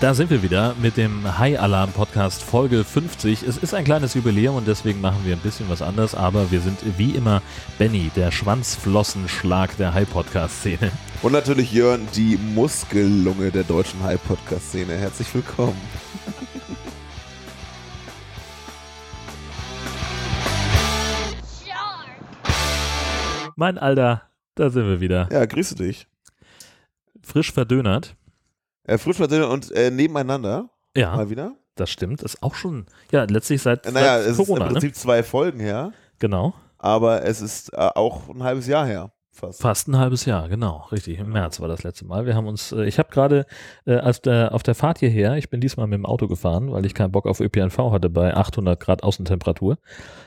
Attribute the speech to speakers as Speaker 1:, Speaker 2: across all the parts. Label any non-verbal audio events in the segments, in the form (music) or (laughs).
Speaker 1: Da sind wir wieder mit dem High Alarm Podcast Folge 50. Es ist ein kleines Jubiläum und deswegen machen wir ein bisschen was anders, aber wir sind wie immer Benny, der Schwanzflossenschlag der High Podcast Szene.
Speaker 2: Und natürlich Jörn, die Muskellunge der deutschen High Podcast Szene. Herzlich willkommen.
Speaker 1: Mein Alter, da sind wir wieder.
Speaker 2: Ja, grüße dich.
Speaker 1: Frisch verdönert.
Speaker 2: Äh, frisch verdünnt und äh, nebeneinander
Speaker 1: Ja,
Speaker 2: mal wieder.
Speaker 1: das stimmt. Ist auch schon, ja, letztlich seit,
Speaker 2: Äh, Naja,
Speaker 1: seit
Speaker 2: es ist
Speaker 1: Corona, ne?
Speaker 2: im Prinzip zwei Folgen her,
Speaker 1: Genau.
Speaker 2: aber es ist äh, auch ein halbes Jahr her fast.
Speaker 1: Fast ein halbes Jahr, genau, richtig. Im März war das letzte Mal. Wir haben uns, äh, ich habe gerade äh, als der, auf der Fahrt hierher, ich bin diesmal mit dem Auto gefahren, weil ich keinen Bock auf ÖPNV hatte bei 800 Grad Außentemperatur.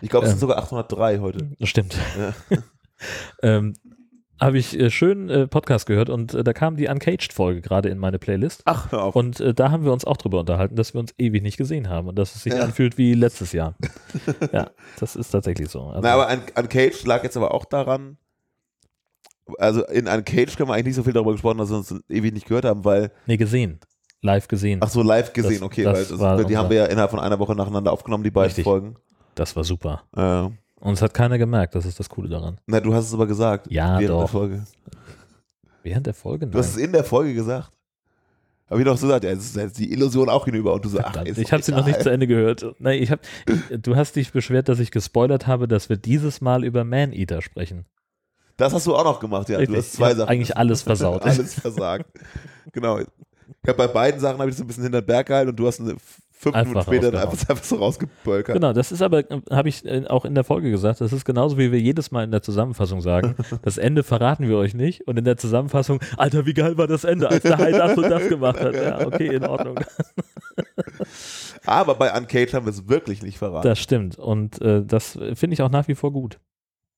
Speaker 2: Ich glaube, es
Speaker 1: Ähm.
Speaker 2: sind sogar 803 heute.
Speaker 1: Das Äh, stimmt.
Speaker 2: Ja.
Speaker 1: (laughs) ähm, habe ich äh, schön äh, Podcast gehört und äh, da kam die Uncaged-Folge gerade in meine Playlist.
Speaker 2: Ach, hör auf.
Speaker 1: Und äh, da haben wir uns auch drüber unterhalten, dass wir uns ewig nicht gesehen haben und dass es sich
Speaker 2: Ja.
Speaker 1: anfühlt wie letztes
Speaker 2: (laughs)
Speaker 1: Jahr. ja, das ist tatsächlich so. Also,
Speaker 2: Na, aber an, an Cage lag jetzt aber auch daran, also in an Cage können wir eigentlich nicht so viel darüber gesprochen, dass wir uns ewig nicht gehört haben, weil,
Speaker 1: nee, gesehen. Live gesehen.
Speaker 2: ach so, live gesehen,
Speaker 1: Das-
Speaker 2: okay,
Speaker 1: das
Speaker 2: weil das
Speaker 1: war
Speaker 2: die
Speaker 1: unser-
Speaker 2: haben wir ja innerhalb von einer Woche nacheinander aufgenommen, die beiden
Speaker 1: Richtig.
Speaker 2: Folgen.
Speaker 1: Das war super.
Speaker 2: Äh,
Speaker 1: Und es hat keiner gemerkt, das ist das Coole daran.
Speaker 2: na, du hast es aber gesagt.
Speaker 1: Ja,
Speaker 2: während der
Speaker 1: Ah, doch.
Speaker 2: Folge.
Speaker 1: Während der Folge?
Speaker 2: Du hast es
Speaker 1: Nein.
Speaker 2: in der Folge gesagt. Habe ich doch so gesagt, ja, es ist jetzt die Illusion auch hinüber und du so, ach,
Speaker 1: Verdammt,
Speaker 2: ist
Speaker 1: ich
Speaker 2: doch
Speaker 1: habe sie noch nicht
Speaker 2: egal.
Speaker 1: zu Ende gehört. Nein,
Speaker 2: (laughs)
Speaker 1: ich hab, ich, du hast dich beschwert, dass ich gespoilert habe, dass wir dieses Mal über Man-Eater sprechen.
Speaker 2: Das hast du auch noch gemacht, ja.
Speaker 1: Richtig.
Speaker 2: Du hast
Speaker 1: Ich
Speaker 2: zwei
Speaker 1: hab
Speaker 2: Sachen. (laughs)
Speaker 1: Eigentlich alles versaut.
Speaker 2: Alles versagt. (laughs) genau. Ich hab bei beiden Sachen habe ich so ein bisschen hinter den Berg gehalten und du hast eine f- fünf
Speaker 1: Einfach
Speaker 2: Minuten später dann
Speaker 1: rausgehauen.
Speaker 2: einfach, einfach so rausgebölkert.
Speaker 1: Genau, das ist aber, habe ich äh, auch in der Folge gesagt, das ist genauso wie wir jedes Mal in der Zusammenfassung
Speaker 2: (laughs)
Speaker 1: sagen, das Ende verraten wir euch nicht und in der Zusammenfassung, Alter, wie geil war das Ende, als der Hai das und das gemacht hat. Ja, okay, in
Speaker 2: (laughs)
Speaker 1: Ordnung.
Speaker 2: Aber bei Uncaged haben wir es wirklich nicht verraten.
Speaker 1: Das stimmt und äh, das finde ich auch nach wie vor gut.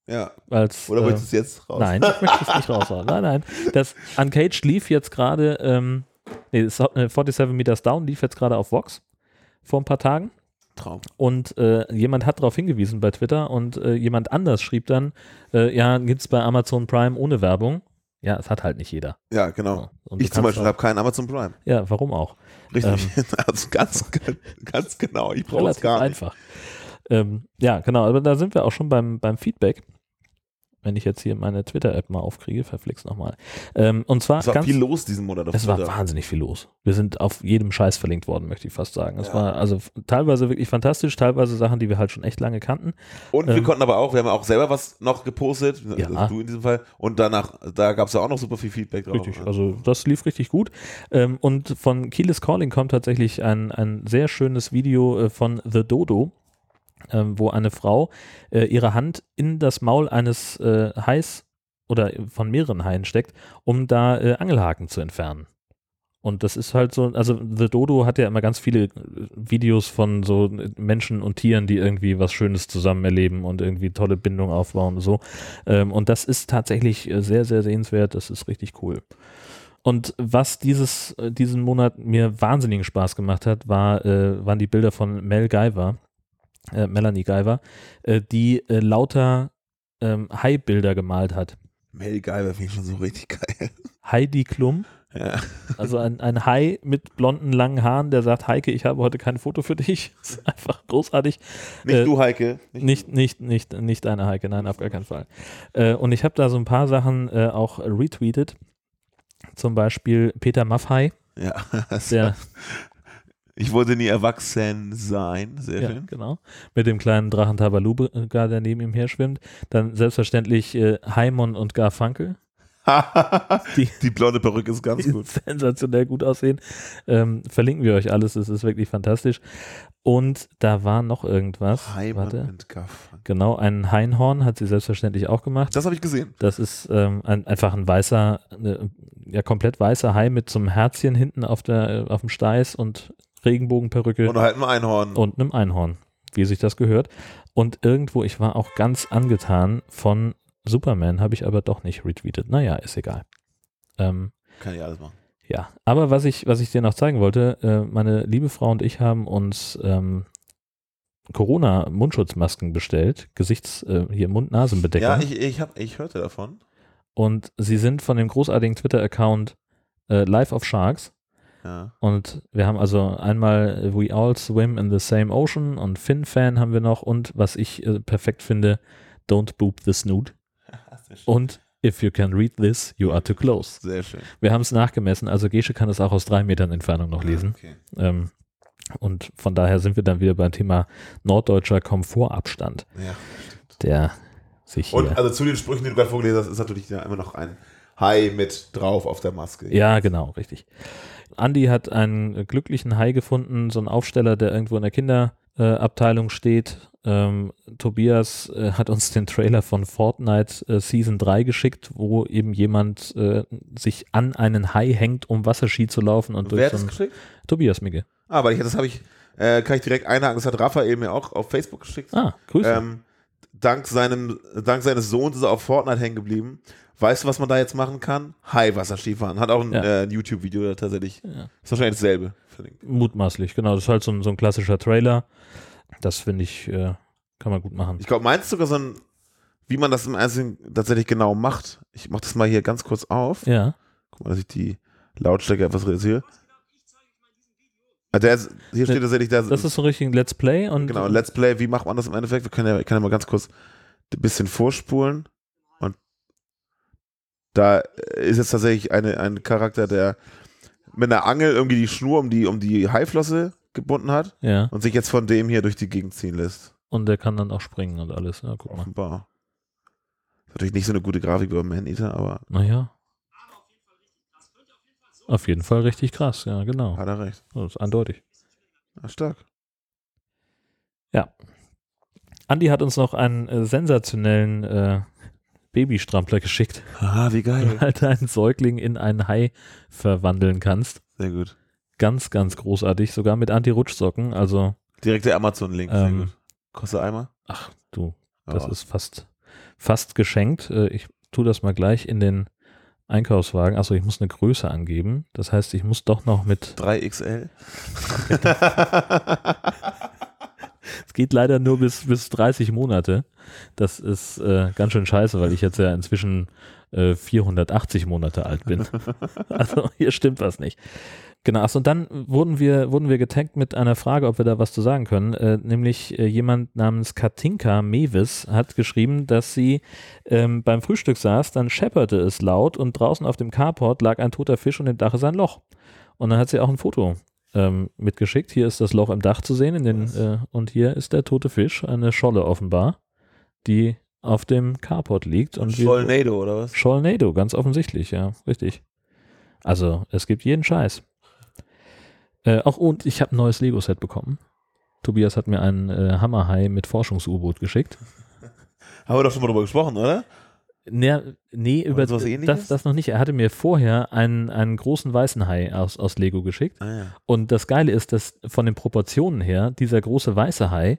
Speaker 2: ja.
Speaker 1: Als,
Speaker 2: Oder
Speaker 1: äh,
Speaker 2: willst du es jetzt raus?
Speaker 1: Nein, ich möchte es nicht raushauen. Nein, nein. Das Uncaged lief jetzt gerade, ähm, nee, das, äh, 47 Meters Down lief jetzt gerade auf Vox vor ein paar Tagen.
Speaker 2: Traum.
Speaker 1: Und äh, jemand hat darauf hingewiesen bei Twitter und äh, jemand anders schrieb dann, äh, ja, gibt es bei Amazon Prime ohne Werbung? Ja, es hat halt nicht jeder.
Speaker 2: Ja, genau.
Speaker 1: Und du
Speaker 2: Ich zum
Speaker 1: kannst
Speaker 2: Beispiel
Speaker 1: auch,
Speaker 2: habe keinen Amazon Prime.
Speaker 1: Ja, warum auch?
Speaker 2: Richtig. (laughs) also ganz, ganz genau. Ich brauche
Speaker 1: Relativ
Speaker 2: es gar nicht.
Speaker 1: einfach. Ähm, ja, genau, aber da sind wir auch schon beim, beim Feedback. Wenn ich jetzt hier meine Twitter-App mal aufkriege, verflixt nochmal. Ähm, und zwar
Speaker 2: Es war
Speaker 1: ganz,
Speaker 2: viel los diesen Monat auf
Speaker 1: Es war
Speaker 2: Twitter.
Speaker 1: wahnsinnig viel los. Wir sind auf jedem Scheiß verlinkt worden, möchte ich fast sagen. Es
Speaker 2: Ja.
Speaker 1: war also f- teilweise wirklich fantastisch, teilweise Sachen, die wir halt schon echt lange kannten.
Speaker 2: Und wir
Speaker 1: Ähm,
Speaker 2: konnten aber auch, wir haben auch selber was noch gepostet,
Speaker 1: Ja.
Speaker 2: also du in diesem Fall. Und danach, da gab es ja auch noch super viel Feedback drauf.
Speaker 1: Richtig, also das lief richtig gut. Ähm, und von Keyless Calling kommt tatsächlich ein, ein sehr schönes Video äh, von The Dodo, ähm, wo eine Frau äh, ihre Hand in das Maul eines äh, Hais oder von mehreren Haien steckt, um da äh, Angelhaken zu entfernen. Und das ist halt so, also The Dodo hat ja immer ganz viele äh, Videos von so Menschen und Tieren, die irgendwie was Schönes zusammen erleben und irgendwie tolle Bindungen aufbauen und so. Ähm, und das ist tatsächlich äh, sehr, sehr sehenswert. Das ist richtig cool. Und was dieses, äh, diesen Monat mir wahnsinnigen Spaß gemacht hat, war, äh, waren die Bilder von Mel Guyver, äh, Melanie Guyver, äh, die äh, lauter ähm, Hai-Bilder gemalt hat.
Speaker 2: Mel Geiber finde ich schon so richtig geil. (laughs)
Speaker 1: Heidi Klum,
Speaker 2: Ja.
Speaker 1: also ein, ein Hai mit blonden, langen Haaren, der sagt, Heike, ich habe heute kein Foto für dich. (laughs) Das ist einfach großartig.
Speaker 2: Nicht
Speaker 1: Äh,
Speaker 2: du, Heike.
Speaker 1: Nicht, nicht, nicht, nicht eine Heike, nein, auf gar keinen Fall. Äh, und ich habe da so ein paar Sachen äh, auch retweetet. Zum Beispiel Peter Maffei,
Speaker 2: Ja. (laughs)
Speaker 1: der,
Speaker 2: Ich wollte nie erwachsen sein. Sehr
Speaker 1: ja,
Speaker 2: schön. (laughs)
Speaker 1: genau, mit dem kleinen Drachen Tabaluga, der neben ihm her schwimmt. Dann selbstverständlich äh, Haimon und Garfunkel, (laughs)
Speaker 2: die,
Speaker 1: Die-
Speaker 2: blonde Perücke ist ganz
Speaker 1: die
Speaker 2: gut.
Speaker 1: sensationell gut aussehen. Ähm, verlinken wir euch alles, es ist wirklich fantastisch. Und da war noch irgendwas.
Speaker 2: Heimann
Speaker 1: Warte.
Speaker 2: und Garfunkel.
Speaker 1: Genau, ein Heinhorn hat sie selbstverständlich auch gemacht.
Speaker 2: Das habe ich gesehen.
Speaker 1: Das ist ähm, ein, einfach ein weißer, ne, ja komplett weißer Hai mit so einem Herzchen hinten auf, der, äh, auf dem Steiß und Regenbogenperücke
Speaker 2: Und halt ein Einhorn.
Speaker 1: und einem Einhorn, wie sich das gehört. Und irgendwo, ich war auch ganz angetan von Superman, habe ich aber doch nicht retweetet. Naja, ist egal. Ähm,
Speaker 2: Kann ich alles machen.
Speaker 1: ja, aber was ich, was ich dir noch zeigen wollte, äh, meine liebe Frau und ich haben uns ähm, Corona-Mundschutzmasken bestellt, Gesichts-, äh, hier Mund-Nasen-Bedeckung.
Speaker 2: Ja, ich, ich, hab, ich hörte davon.
Speaker 1: Und sie sind von dem großartigen Twitter-Account äh, Life of Sharks
Speaker 2: Ja.
Speaker 1: Und wir haben also einmal We All Swim in the Same Ocean und Fin Fan haben wir noch und was ich äh, perfekt finde, Don't Boop the Snoot und If you can read this, you are too close.
Speaker 2: Sehr schön.
Speaker 1: Wir haben es nachgemessen, also Gesche kann es auch aus drei Metern Entfernung noch lesen.
Speaker 2: Okay.
Speaker 1: Ähm, und von daher sind wir dann wieder beim Thema norddeutscher Komfortabstand,
Speaker 2: Ja.
Speaker 1: der sich hier.
Speaker 2: Und also zu den Sprüchen, die du gerade vorgelesen hast, ist natürlich ja immer noch ein Hai mit drauf auf der Maske.
Speaker 1: Ja, genau, richtig. Andi hat einen äh, glücklichen Hai gefunden, so einen Aufsteller, der irgendwo in der Kinderabteilung äh, Abteilung steht. Ähm, Tobias äh, hat uns den Trailer von Fortnite äh, Season 3 geschickt, wo eben jemand äh, sich an einen Hai hängt, um Wasserski zu laufen und
Speaker 2: Wer
Speaker 1: durch
Speaker 2: hat
Speaker 1: so
Speaker 2: das
Speaker 1: einen
Speaker 2: geschickt?
Speaker 1: Tobias Migge.
Speaker 2: Ah, weil ich das habe ich, äh, kann ich direkt einhaken. Das hat Raphael mir auch auf Facebook geschickt.
Speaker 1: Ah, Grüße.
Speaker 2: Ähm, dank, seinem, dank seines Sohns ist er auf Fortnite hängen geblieben. Weißt du, was man da jetzt machen kann? Highwasserski fahren. Hat auch ein,
Speaker 1: Ja.
Speaker 2: äh, ein YouTube-Video da tatsächlich.
Speaker 1: Ja.
Speaker 2: Ist wahrscheinlich dasselbe. Verlinkt.
Speaker 1: Mutmaßlich, genau. Das ist halt so ein, so ein klassischer Trailer. Das finde ich, äh, kann man gut machen.
Speaker 2: Ich glaube, meinst du sogar so ein, wie man das im Einzelnen tatsächlich genau macht? Ich mache das mal hier ganz kurz auf.
Speaker 1: Ja.
Speaker 2: Guck mal, dass ich die Lautstärke etwas reduziere. Ah, Der ist, hier steht tatsächlich der,
Speaker 1: Das ist so richtig ein Let's Play und
Speaker 2: genau, Let's Play, wie macht man das im Endeffekt? Wir können ja, ich kann ja mal ganz kurz ein bisschen vorspulen. Und da ist jetzt tatsächlich eine, ein Charakter, der mit einer Angel irgendwie die Schnur um die, um die Haiflosse gebunden hat
Speaker 1: ja.
Speaker 2: und sich jetzt von dem hier durch die Gegend ziehen lässt.
Speaker 1: Und der kann dann auch springen und alles. Ja, guck mal.
Speaker 2: Offenbar. Ist natürlich nicht so eine gute Grafik über Maneater, aber
Speaker 1: Naja. Auf jeden Fall richtig krass, ja, genau.
Speaker 2: hat er recht.
Speaker 1: Das ist eindeutig.
Speaker 2: Ja, stark.
Speaker 1: Andi hat uns noch einen äh, sensationellen äh, Babystrampler geschickt, (laughs)
Speaker 2: Haha, wie geil.
Speaker 1: weil du einen Säugling in einen Hai verwandeln kannst.
Speaker 2: Sehr gut.
Speaker 1: Ganz, ganz großartig, sogar mit Anti-Rutschsocken. Also,
Speaker 2: Direkt der Amazon-Link.
Speaker 1: Ähm,
Speaker 2: Sehr gut. Kostet einmal?
Speaker 1: ach du, das
Speaker 2: Ja.
Speaker 1: ist fast, fast geschenkt. Äh, ich tue das mal gleich in den Einkaufswagen. Achso, ich muss eine Größe angeben. Das heißt, ich muss doch noch mit
Speaker 2: 3XL.
Speaker 1: Es geht leider nur bis, bis 30 Monate. Das ist äh, ganz schön scheiße, weil ich jetzt ja inzwischen äh, 480 Monate alt bin. Also hier stimmt was nicht. Genau, achso, und dann wurden wir, wurden wir getaggt mit einer Frage, ob wir da was zu sagen können. Äh, nämlich äh, jemand namens Katinka Mewis hat geschrieben, dass sie ähm, beim Frühstück saß, dann schepperte es laut und draußen auf dem Carport lag ein toter Fisch und im Dach ist ein Loch. Und dann hat sie auch ein Foto ähm, mitgeschickt. Hier ist das Loch im Dach zu sehen in den, äh, und hier ist der tote Fisch, eine Scholle offenbar, die auf dem Carport liegt. (laughs) Und wir-
Speaker 2: Solnado oder was?
Speaker 1: Sholnado, ganz offensichtlich, ja, richtig. Also, es gibt jeden Scheiß. Äh, auch und ich habe ein neues Lego-Set bekommen. Tobias hat mir einen äh, Hammerhai mit Forschungs-U-Boot geschickt.
Speaker 2: Haben wir doch schon mal drüber gesprochen, oder?
Speaker 1: Nee, nee über
Speaker 2: sowas Ähnliches?
Speaker 1: das, das noch nicht. Er hatte mir vorher einen, einen großen weißen Hai aus, aus Lego geschickt.
Speaker 2: Ah, ja.
Speaker 1: Und das Geile ist, dass von den Proportionen her dieser große weiße Hai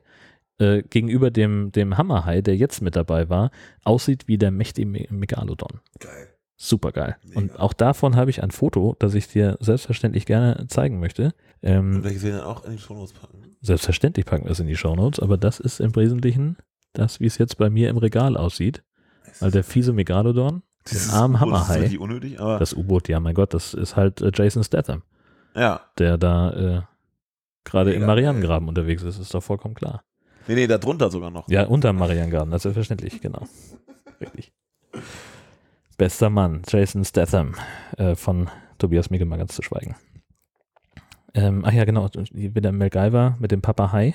Speaker 1: äh, gegenüber dem, dem Hammerhai, der jetzt mit dabei war, aussieht wie der mächtige Me- Megalodon.
Speaker 2: Geil.
Speaker 1: Super geil.
Speaker 2: Mega.
Speaker 1: Und auch davon habe ich ein Foto, das ich dir selbstverständlich gerne zeigen möchte. Ähm,
Speaker 2: Vielleicht werden wir dann auch in die Shownotes packen.
Speaker 1: selbstverständlich packen wir es in die Shownotes, aber das ist im Wesentlichen das, wie es jetzt bei mir im Regal aussieht. Weil der fiese Megalodon,
Speaker 2: Dieses
Speaker 1: armen
Speaker 2: U-Boot, Das
Speaker 1: Hammerhai.
Speaker 2: ist wirklich unnötig, aber
Speaker 1: das U-Boot, ja mein Gott, das ist halt äh, Jason Statham,
Speaker 2: ja.
Speaker 1: der da äh, gerade im
Speaker 2: Mega.
Speaker 1: Marianengraben unterwegs ist, ist doch vollkommen klar.
Speaker 2: Nee, nee, da drunter sogar noch.
Speaker 1: Ja, unter Mariangarten, das ist ja verständlich, genau. Richtig. Bester Mann, Jason Statham äh, von Tobias Mickel, mal ganz zu schweigen. Ähm, ach ja, genau, und hier wieder MacGyver mit dem Papa Hai.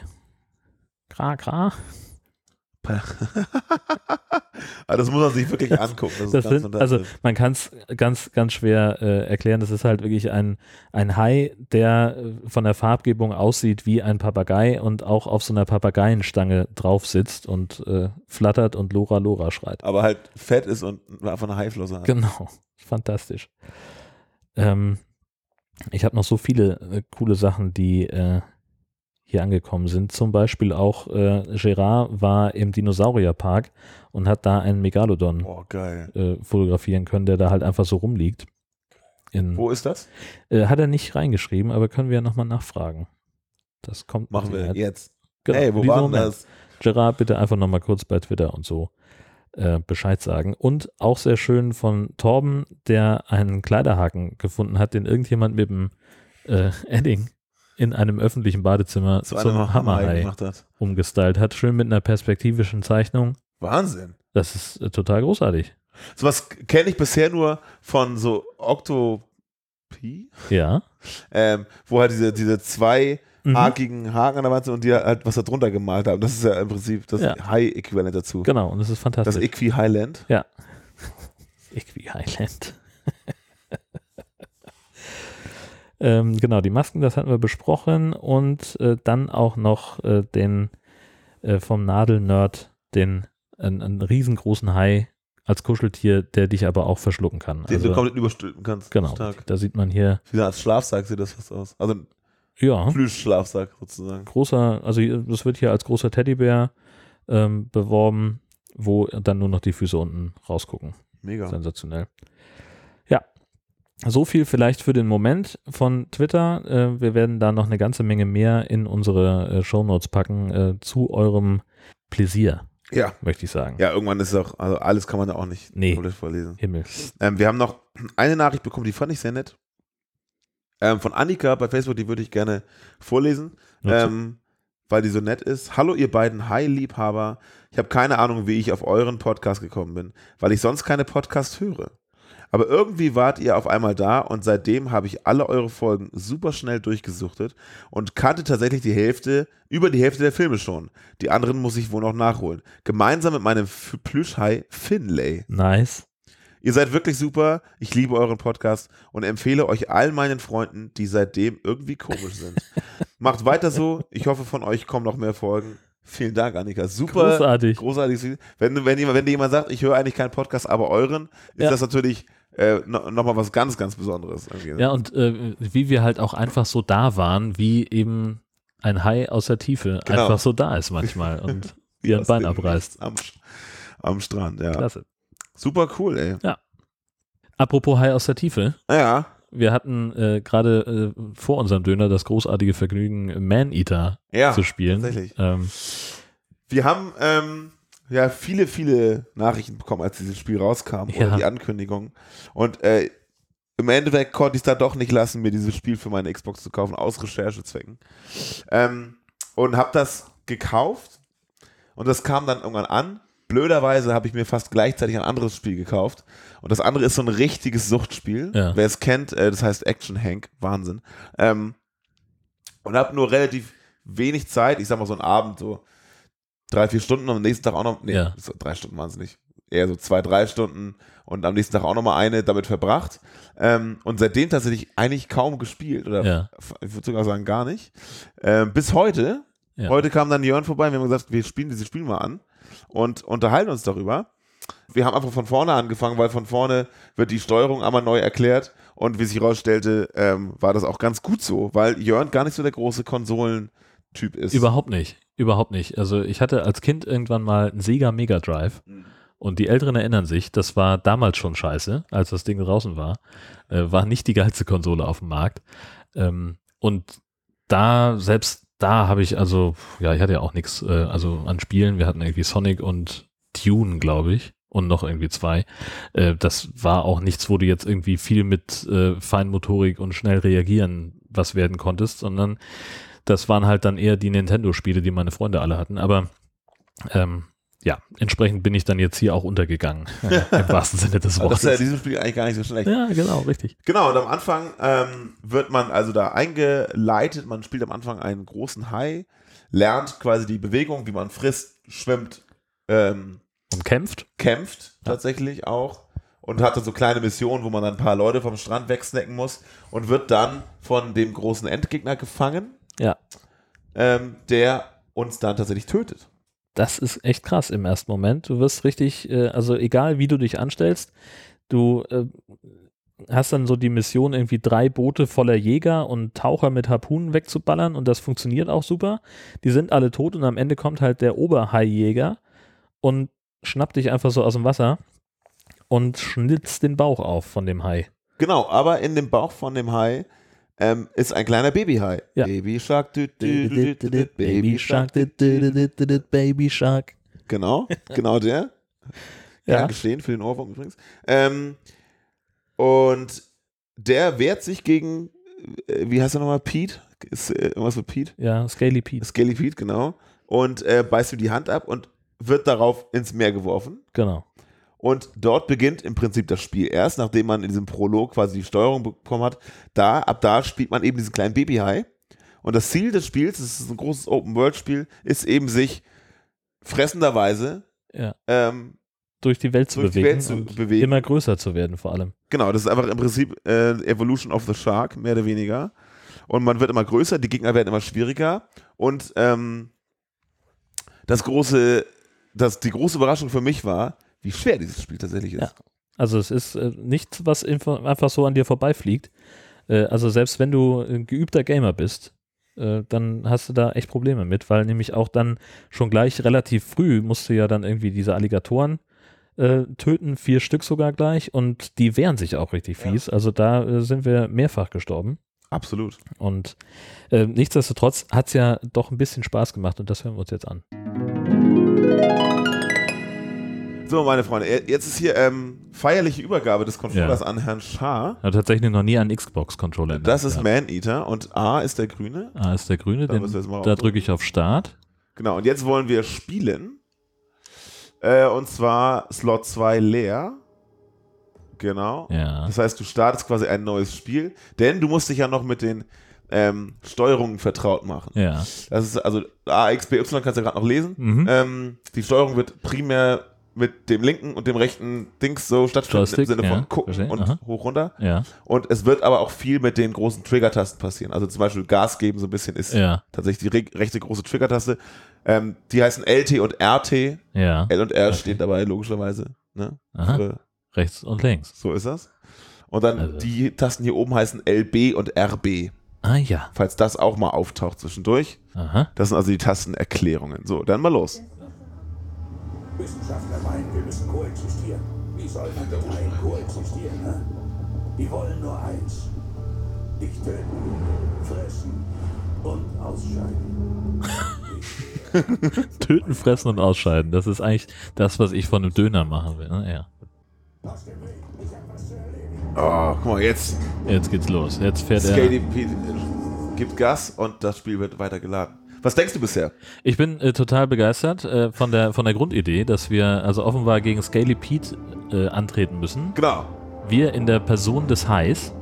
Speaker 1: Kra, kra.
Speaker 2: Aber das muss man sich wirklich
Speaker 1: (laughs)
Speaker 2: angucken. Das,
Speaker 1: Das
Speaker 2: ist ganz
Speaker 1: sind, also
Speaker 2: fantastisch.
Speaker 1: man kann es ganz, ganz schwer äh, erklären. Das ist halt wirklich ein, ein Hai, der äh, von der Farbgebung aussieht wie ein Papagei und auch auf so einer Papageienstange drauf sitzt und äh, flattert und Lora Lora schreit.
Speaker 2: aber halt fett ist und einfach eine Haiflosse hat.
Speaker 1: Genau, (laughs) fantastisch. Ähm, ich habe noch so viele äh, coole Sachen, die äh, hier angekommen sind. Zum Beispiel auch äh, Gerard war im Dinosaurierpark und hat da einen Megalodon
Speaker 2: Boah, geil.
Speaker 1: äh, fotografieren können, der da halt einfach so rumliegt. In,
Speaker 2: Wo ist das?
Speaker 1: äh, hat er nicht reingeschrieben, aber können wir ja nochmal nachfragen. Das kommt.
Speaker 2: Machen wir
Speaker 1: mit Sicherheit.
Speaker 2: jetzt.
Speaker 1: Genau,
Speaker 2: hey, wo
Speaker 1: dieser
Speaker 2: war denn
Speaker 1: Moment.
Speaker 2: das?
Speaker 1: Gerard, bitte einfach nochmal kurz bei Twitter und so äh, Bescheid sagen. Und auch sehr schön von Torben, der einen Kleiderhaken gefunden hat, den irgendjemand mit dem äh, Edding in einem öffentlichen Badezimmer
Speaker 2: Zu
Speaker 1: zum
Speaker 2: einem Hammerhai
Speaker 1: Hammerhai
Speaker 2: gemacht hat.
Speaker 1: umgestylt hat. Schön mit einer perspektivischen Zeichnung.
Speaker 2: Wahnsinn.
Speaker 1: Das ist äh, total großartig.
Speaker 2: Sowas kenne ich bisher nur von so Octopi,
Speaker 1: Ja.
Speaker 2: ähm, wo halt diese, diese zwei
Speaker 1: Mhm.
Speaker 2: hakigen Haken an der Wand sind und die halt was da drunter gemalt haben. Das ist ja im Prinzip das
Speaker 1: Ja.
Speaker 2: High-Äquivalent dazu.
Speaker 1: Genau, und das ist
Speaker 2: Das
Speaker 1: fantastisch.
Speaker 2: Equi-Highland.
Speaker 1: Equi Highland. (laughs) ähm, genau, die Masken, das hatten wir besprochen und äh, dann auch noch äh, den äh, vom Nadelnerd, den einen, einen riesengroßen Hai als Kuscheltier, der dich aber auch verschlucken kann.
Speaker 2: Den du
Speaker 1: Also,
Speaker 2: komplett überstülpen kannst.
Speaker 1: genau,
Speaker 2: Stark.
Speaker 1: da sieht man hier,
Speaker 2: Wie als Schlafsack sieht das fast aus. Also ein
Speaker 1: ja,
Speaker 2: Plüschschlafsack sozusagen.
Speaker 1: großer, also hier- das wird hier als großer Teddybär ähm, beworben, wo dann nur noch die Füße unten rausgucken.
Speaker 2: Mega.
Speaker 1: Sensationell. Ja. So viel vielleicht für den Moment von Twitter. Äh, wir werden da noch eine ganze Menge mehr in unsere äh, Shownotes packen, äh, zu eurem Pläsier,
Speaker 2: Ja.
Speaker 1: möchte ich sagen.
Speaker 2: Ja, irgendwann ist es auch, also alles kann man da auch nicht
Speaker 1: Nee.
Speaker 2: komplett vorlesen.
Speaker 1: Himmel.
Speaker 2: Ähm, wir haben noch eine Nachricht bekommen, die fand ich sehr nett. Ähm, von Annika bei Facebook, die würde ich gerne vorlesen. ähm, weil die so nett ist. Hallo ihr beiden High-Liebhaber. Ich habe keine Ahnung, wie ich auf euren Podcast gekommen bin, weil ich sonst keine Podcasts höre. Aber irgendwie wart ihr auf einmal da und seitdem habe ich alle eure Folgen super schnell durchgesuchtet und kannte tatsächlich die Hälfte, über die Hälfte der Filme schon. Die anderen muss ich wohl noch nachholen. Gemeinsam mit meinem F- Plüschhai Finlay.
Speaker 1: nice.
Speaker 2: Ihr seid wirklich super. Ich liebe euren Podcast und empfehle euch all meinen Freunden, die seitdem irgendwie komisch sind.
Speaker 1: (laughs)
Speaker 2: Macht weiter so. Ich hoffe, von euch kommen noch mehr Folgen. Vielen Dank, Annika. Super.
Speaker 1: Großartig.
Speaker 2: Großartiges. Wenn, wenn, jemand, wenn dir jemand sagt, ich höre eigentlich keinen Podcast, aber euren, ist
Speaker 1: Ja.
Speaker 2: das natürlich äh, no, nochmal was ganz, ganz Besonderes. Irgendwie.
Speaker 1: Ja, und äh, wie wir halt auch einfach so da waren, wie eben ein Hai aus der Tiefe
Speaker 2: Genau.
Speaker 1: einfach so da ist
Speaker 2: (laughs)
Speaker 1: manchmal und
Speaker 2: Wie
Speaker 1: ihr ein
Speaker 2: aus
Speaker 1: Bein
Speaker 2: dem
Speaker 1: abreißt.
Speaker 2: Nichts Am, Sch- am Strand, ja.
Speaker 1: Klasse.
Speaker 2: Super cool, ey.
Speaker 1: Apropos Hai aus der Tiefe.
Speaker 2: Ja,
Speaker 1: Wir hatten äh, gerade äh, vor unserem Döner das großartige Vergnügen, Man-Eater
Speaker 2: ja.
Speaker 1: zu spielen.
Speaker 2: Ah, tatsächlich.
Speaker 1: Ähm,
Speaker 2: Wir haben ähm, ja viele, viele Nachrichten bekommen, als dieses Spiel rauskam
Speaker 1: Ja.
Speaker 2: oder die Ankündigung. Und äh, im Endeffekt konnte ich es dann doch nicht lassen, mir dieses Spiel für meine Xbox zu kaufen, aus Recherchezwecken. Ähm, und habe das gekauft und das kam dann irgendwann an. Blöderweise habe ich mir fast gleichzeitig ein anderes Spiel gekauft. Und das andere ist so ein richtiges Suchtspiel.
Speaker 1: Ja.
Speaker 2: Wer es kennt, äh, das heißt Action Hank. Wahnsinn. Ähm, und habe nur relativ wenig Zeit, ich sag mal so einen Abend, so drei, vier Stunden und am nächsten Tag auch noch, nee,
Speaker 1: Ja.
Speaker 2: so drei Stunden waren es nicht, eher so zwei, drei Stunden und am nächsten Tag auch noch mal eine damit verbracht ähm, und seitdem tatsächlich eigentlich kaum gespielt oder
Speaker 1: Ja.
Speaker 2: f- ich würde sogar sagen gar nicht, ähm, bis heute,
Speaker 1: Ja.
Speaker 2: heute kam dann Jörn vorbei und wir haben gesagt, wir spielen dieses Spiel mal an und unterhalten uns darüber. Wir haben einfach von vorne angefangen, weil von vorne wird die Steuerung einmal neu erklärt. Und wie sich herausstellte, ähm, war das auch ganz gut so, weil Jörn gar nicht so der große Konsolentyp ist.
Speaker 1: Überhaupt nicht. Überhaupt nicht. Also ich hatte als Kind irgendwann mal einen Sega Mega Drive und die Älteren erinnern sich, das war damals schon scheiße, als das Ding draußen war. Äh, war nicht die geilste Konsole auf dem Markt. Ähm, und da, selbst da habe ich, also, ja, ich hatte ja auch nichts, äh, also an Spielen, wir hatten irgendwie Sonic und Dune, glaube ich. Und noch irgendwie zwei. Äh, das war auch nichts, wo du jetzt irgendwie viel mit äh, Feinmotorik und schnell reagieren was werden konntest, sondern das waren halt dann eher die Nintendo-Spiele, die meine Freunde alle hatten. Aber ähm, ja, entsprechend bin ich dann jetzt hier auch untergegangen.
Speaker 2: (laughs)
Speaker 1: Im wahrsten Sinne des
Speaker 2: Aber das ist ja in
Speaker 1: Wortes.
Speaker 2: diesem Spiel eigentlich gar nicht so schlecht.
Speaker 1: Ja, genau, richtig.
Speaker 2: Genau, und am Anfang ähm, wird man also da eingeleitet, man spielt am Anfang einen großen Hai, lernt quasi die Bewegung, wie man frisst, schwimmt, ähm,
Speaker 1: Und kämpft.
Speaker 2: kämpft tatsächlich auch und hat dann so kleine Missionen, wo man dann ein paar Leute vom Strand wegsnacken muss und wird dann von dem großen Endgegner gefangen,
Speaker 1: Ja,
Speaker 2: ähm, der uns dann tatsächlich tötet.
Speaker 1: das ist echt krass im ersten Moment. Du wirst richtig, äh, also egal wie du dich anstellst, du äh, hast dann so die Mission, irgendwie drei Boote voller Jäger und Taucher mit Harpunen wegzuballern und das funktioniert auch super. Die sind alle tot und am Ende kommt halt der Oberhaijäger und schnappt dich einfach so aus dem Wasser und schnitzt den Bauch auf von dem Hai.
Speaker 2: Genau, aber in dem Bauch von dem Hai ähm, ist ein kleiner Babyhai.
Speaker 1: Ja.
Speaker 2: Baby Shark, dü, dü, dü, dü, dü,
Speaker 1: Baby Shark, Baby Shark. (laughs)
Speaker 2: Genau, genau der. Ja.
Speaker 1: Ja,
Speaker 2: Gestehen für den Ohrwurm übrigens. Ähm, und der wehrt sich gegen äh, wie heißt er nochmal? Pete? Ist äh, irgendwas mit Pete?
Speaker 1: Ja, Scaly Pete.
Speaker 2: Scaly Pete, genau. Und äh, beißt ihm die Hand ab und wird darauf ins Meer geworfen.
Speaker 1: Genau.
Speaker 2: Und dort beginnt im Prinzip das Spiel erst, nachdem man in diesem Prolog quasi die Steuerung bekommen hat. Da, ab da spielt man eben diesen kleinen Babyhai. Und das Ziel des Spiels, das ist ein großes Open-World-Spiel, ist eben sich fressenderweise
Speaker 1: Ja.
Speaker 2: ähm,
Speaker 1: Durch die Welt zu
Speaker 2: Durch die
Speaker 1: bewegen.
Speaker 2: Welt zu
Speaker 1: und
Speaker 2: bewegen.
Speaker 1: Immer größer zu werden, vor allem.
Speaker 2: Genau, das ist einfach im Prinzip äh, Evolution of the Shark, mehr oder weniger. Und man wird immer größer, die Gegner werden immer schwieriger. Und ähm, das große, das, die große Überraschung für mich war, wie schwer dieses Spiel tatsächlich ist.
Speaker 1: Ja. Also es ist äh, nichts, was info- einfach so an dir vorbeifliegt. Äh, also selbst wenn du ein geübter Gamer bist, äh, dann hast du da echt Probleme mit, weil nämlich auch dann schon gleich relativ früh musst du ja dann irgendwie diese Alligatoren äh, töten, vier Stück sogar gleich und die wehren sich auch richtig
Speaker 2: Ja.
Speaker 1: fies. Also da äh, sind wir mehrfach gestorben
Speaker 2: Absolut.
Speaker 1: und äh, nichtsdestotrotz hat es ja doch ein bisschen Spaß gemacht und das hören wir uns jetzt an.
Speaker 2: So, meine Freunde, e- jetzt ist hier ähm, feierliche Übergabe des Controllers an Herrn Schaar.
Speaker 1: Hat tatsächlich noch nie einen Xbox-Controller.
Speaker 2: Das ist Man Eater und A ist der Grüne.
Speaker 1: Ah, ist der grüne,
Speaker 2: Da den- müssen wir jetzt mal da
Speaker 1: da
Speaker 2: aufdrücken. drücke
Speaker 1: drücke ich auf Start.
Speaker 2: Genau, und jetzt wollen wir spielen. Äh, und zwar Slot 2 leer. Genau.
Speaker 1: Ja.
Speaker 2: Das heißt, du startest quasi ein neues Spiel, denn du musst dich ja noch mit den ähm, Steuerungen vertraut machen.
Speaker 1: Ja.
Speaker 2: Das ist also A, X, B, Y kannst du gerade noch lesen.
Speaker 1: Mhm.
Speaker 2: Ähm, die Steuerung wird primär mit dem linken und dem rechten Dings so stattfinden im
Speaker 1: Joystick,
Speaker 2: Sinne von
Speaker 1: ja,
Speaker 2: gucken
Speaker 1: verstehe,
Speaker 2: und
Speaker 1: aha.
Speaker 2: hoch runter.
Speaker 1: Ja.
Speaker 2: Und es wird aber auch viel mit den großen Trigger-Tasten passieren. Also zum Beispiel Gas geben so ein bisschen ist
Speaker 1: Ja.
Speaker 2: tatsächlich die re rechte große Trigger-Taste. Ähm, die heißen LT und RT.
Speaker 1: Ja.
Speaker 2: L und R steht dabei logischerweise. Ne?
Speaker 1: Aha.
Speaker 2: Für-
Speaker 1: Rechts und links.
Speaker 2: So ist das. Und dann
Speaker 1: Also.
Speaker 2: die Tasten hier oben heißen LB und RB,
Speaker 1: Ah ja.
Speaker 2: falls das auch mal auftaucht zwischendurch.
Speaker 1: Aha.
Speaker 2: Das sind also die Tastenerklärungen. So, dann mal los.
Speaker 3: Wissenschaftler meinen, wir müssen koexistieren. Wie soll man mit Haien koexistieren? Ne? Die wollen nur eins. Dich töten, fressen und ausscheiden.
Speaker 1: Töten, fressen und ausscheiden. Das ist eigentlich das, was ich von einem Döner machen will. Ne? Ja.
Speaker 3: Aus dem Weg, ich hab was zu erledigen.
Speaker 2: Oh, guck mal, jetzt
Speaker 1: Jetzt geht's los. Jetzt fährt er.
Speaker 2: Skaty Pete äh, gibt Gas und das Spiel wird weitergeladen. Was denkst du bisher?
Speaker 1: Ich bin äh, total begeistert äh, von, der, von der Grundidee, dass wir also offenbar gegen Scaly Pete äh, antreten müssen.
Speaker 2: Genau.
Speaker 1: Wir in der Person des Highs.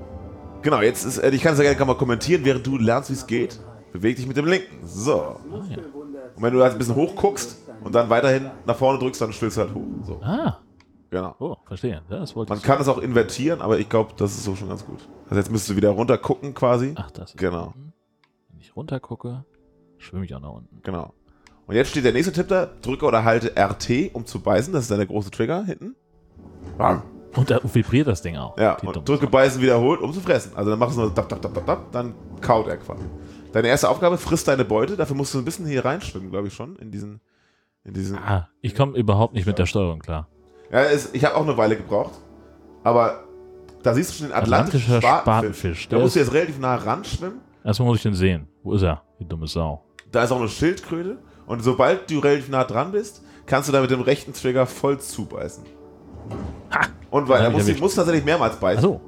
Speaker 2: Genau, jetzt ist, äh, ich kann es ja gerne kann mal kommentieren, während du lernst, wie es geht. Beweg dich mit dem linken. So. Und wenn du halt ein bisschen hoch guckst und dann weiterhin nach vorne drückst, dann stößt du halt hoch. So,
Speaker 1: Ah.
Speaker 2: genau.
Speaker 1: Oh, verstehe. Ja, Das wollte
Speaker 2: Man
Speaker 1: ich.
Speaker 2: kann es auch invertieren, aber ich glaube, das ist so schon ganz gut. Also jetzt müsstest du wieder runter gucken quasi.
Speaker 1: Ach, das ist
Speaker 2: Genau.
Speaker 1: Wenn ich runtergucke, schwimme ich auch nach unten.
Speaker 2: Genau. Und jetzt steht der nächste Tipp da. Drücke oder halte RT, um zu beißen. Das ist dann der große Trigger hinten. Bam.
Speaker 1: Und da vibriert das Ding auch.
Speaker 2: Ja,
Speaker 1: Die
Speaker 2: und
Speaker 1: dumme
Speaker 2: drücke beißen wiederholt, um zu fressen. Also dann machst du nur dap, dap, dap, dap, dap, dann kaut er quasi. Deine erste Aufgabe, frisst deine Beute. Dafür musst du ein bisschen hier reinschwimmen, glaube ich schon. In diesen... In diesen
Speaker 1: Sau. Ah, ich komme überhaupt nicht mit der Steuerung klar.
Speaker 2: ja, es, ich habe auch eine Weile gebraucht. Aber da siehst du schon den atlantischen
Speaker 1: Atlantischer
Speaker 2: Spatenfisch.
Speaker 1: Spatenfisch,
Speaker 2: Da
Speaker 1: der
Speaker 2: musst du
Speaker 1: ist-
Speaker 2: jetzt relativ nah ranschwimmen.
Speaker 1: Erstmal muss ich den sehen. Wo ist er? Die dumme Sau.
Speaker 2: Da ist auch eine Schildkröte. Und sobald du relativ nah dran bist, kannst du da mit dem rechten Trigger voll zubeißen.
Speaker 1: Ha!
Speaker 2: Und
Speaker 1: Hab
Speaker 2: weiter. Er
Speaker 1: ich
Speaker 2: muss,
Speaker 1: erwischt.
Speaker 2: muss tatsächlich mehrmals beißen.
Speaker 1: Achso.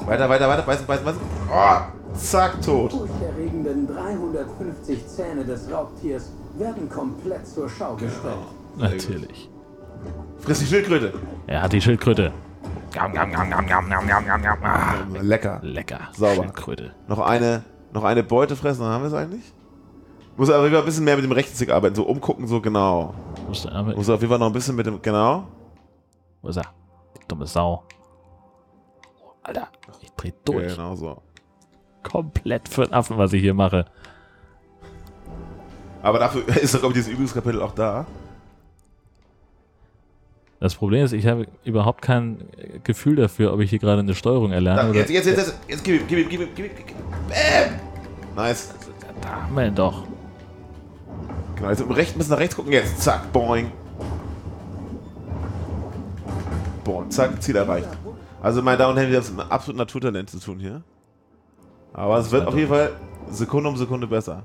Speaker 2: Weiter, weiter, weiter. Beißen, beißen, beißen. Oh, zack, tot.
Speaker 3: Furchterregenden 350 Zähne des Raubtiers werden komplett zur Schau
Speaker 1: Genau.
Speaker 3: gestellt.
Speaker 1: Natürlich.
Speaker 2: Friss die Schildkröte.
Speaker 1: Er hat die Schildkröte.
Speaker 4: Yum, yum, yum, yum, yum, yum, yum, yum, yum. Ah.
Speaker 2: Lecker.
Speaker 1: Lecker.
Speaker 2: Sauber.
Speaker 1: Schildkröte.
Speaker 2: Noch eine, noch eine Beute fressen. Dann haben wir es eigentlich. Muss aber immer ein bisschen mehr mit dem rechten Stick arbeiten. So umgucken, so genau.
Speaker 1: Muss der Arme.
Speaker 2: Muss auf jeden Fall noch ein bisschen mit dem. Genau.
Speaker 1: Wo ist er? Die dumme Sau. Alter, ich dreh durch.
Speaker 2: Genau so.
Speaker 1: Komplett für den Affen, was ich hier mache.
Speaker 2: Aber dafür (laughs) ist doch, glaube ich, dieses Übungskapitel auch da.
Speaker 1: Das Problem ist, ich habe überhaupt kein äh, Gefühl dafür, ob ich hier gerade eine Steuerung erlerne
Speaker 2: Da,
Speaker 1: oder.
Speaker 2: jetzt, jetzt, jetzt, jetzt, jetzt, gib ihm, gib ihm, gib ihm, gib ihm, gib ihm. Bam! Nice.
Speaker 1: Da haben wir ihn doch.
Speaker 2: Genau, jetzt mit dem rechten bisschen nach rechts gucken. Jetzt, zack, boing. Boing, zack, Ziel erreicht. Also, meine Damen und Herren, wir haben es mit absoluten Naturtalent zu tun hier. Aber es wird auf jeden Fall Sekunde um Sekunde besser.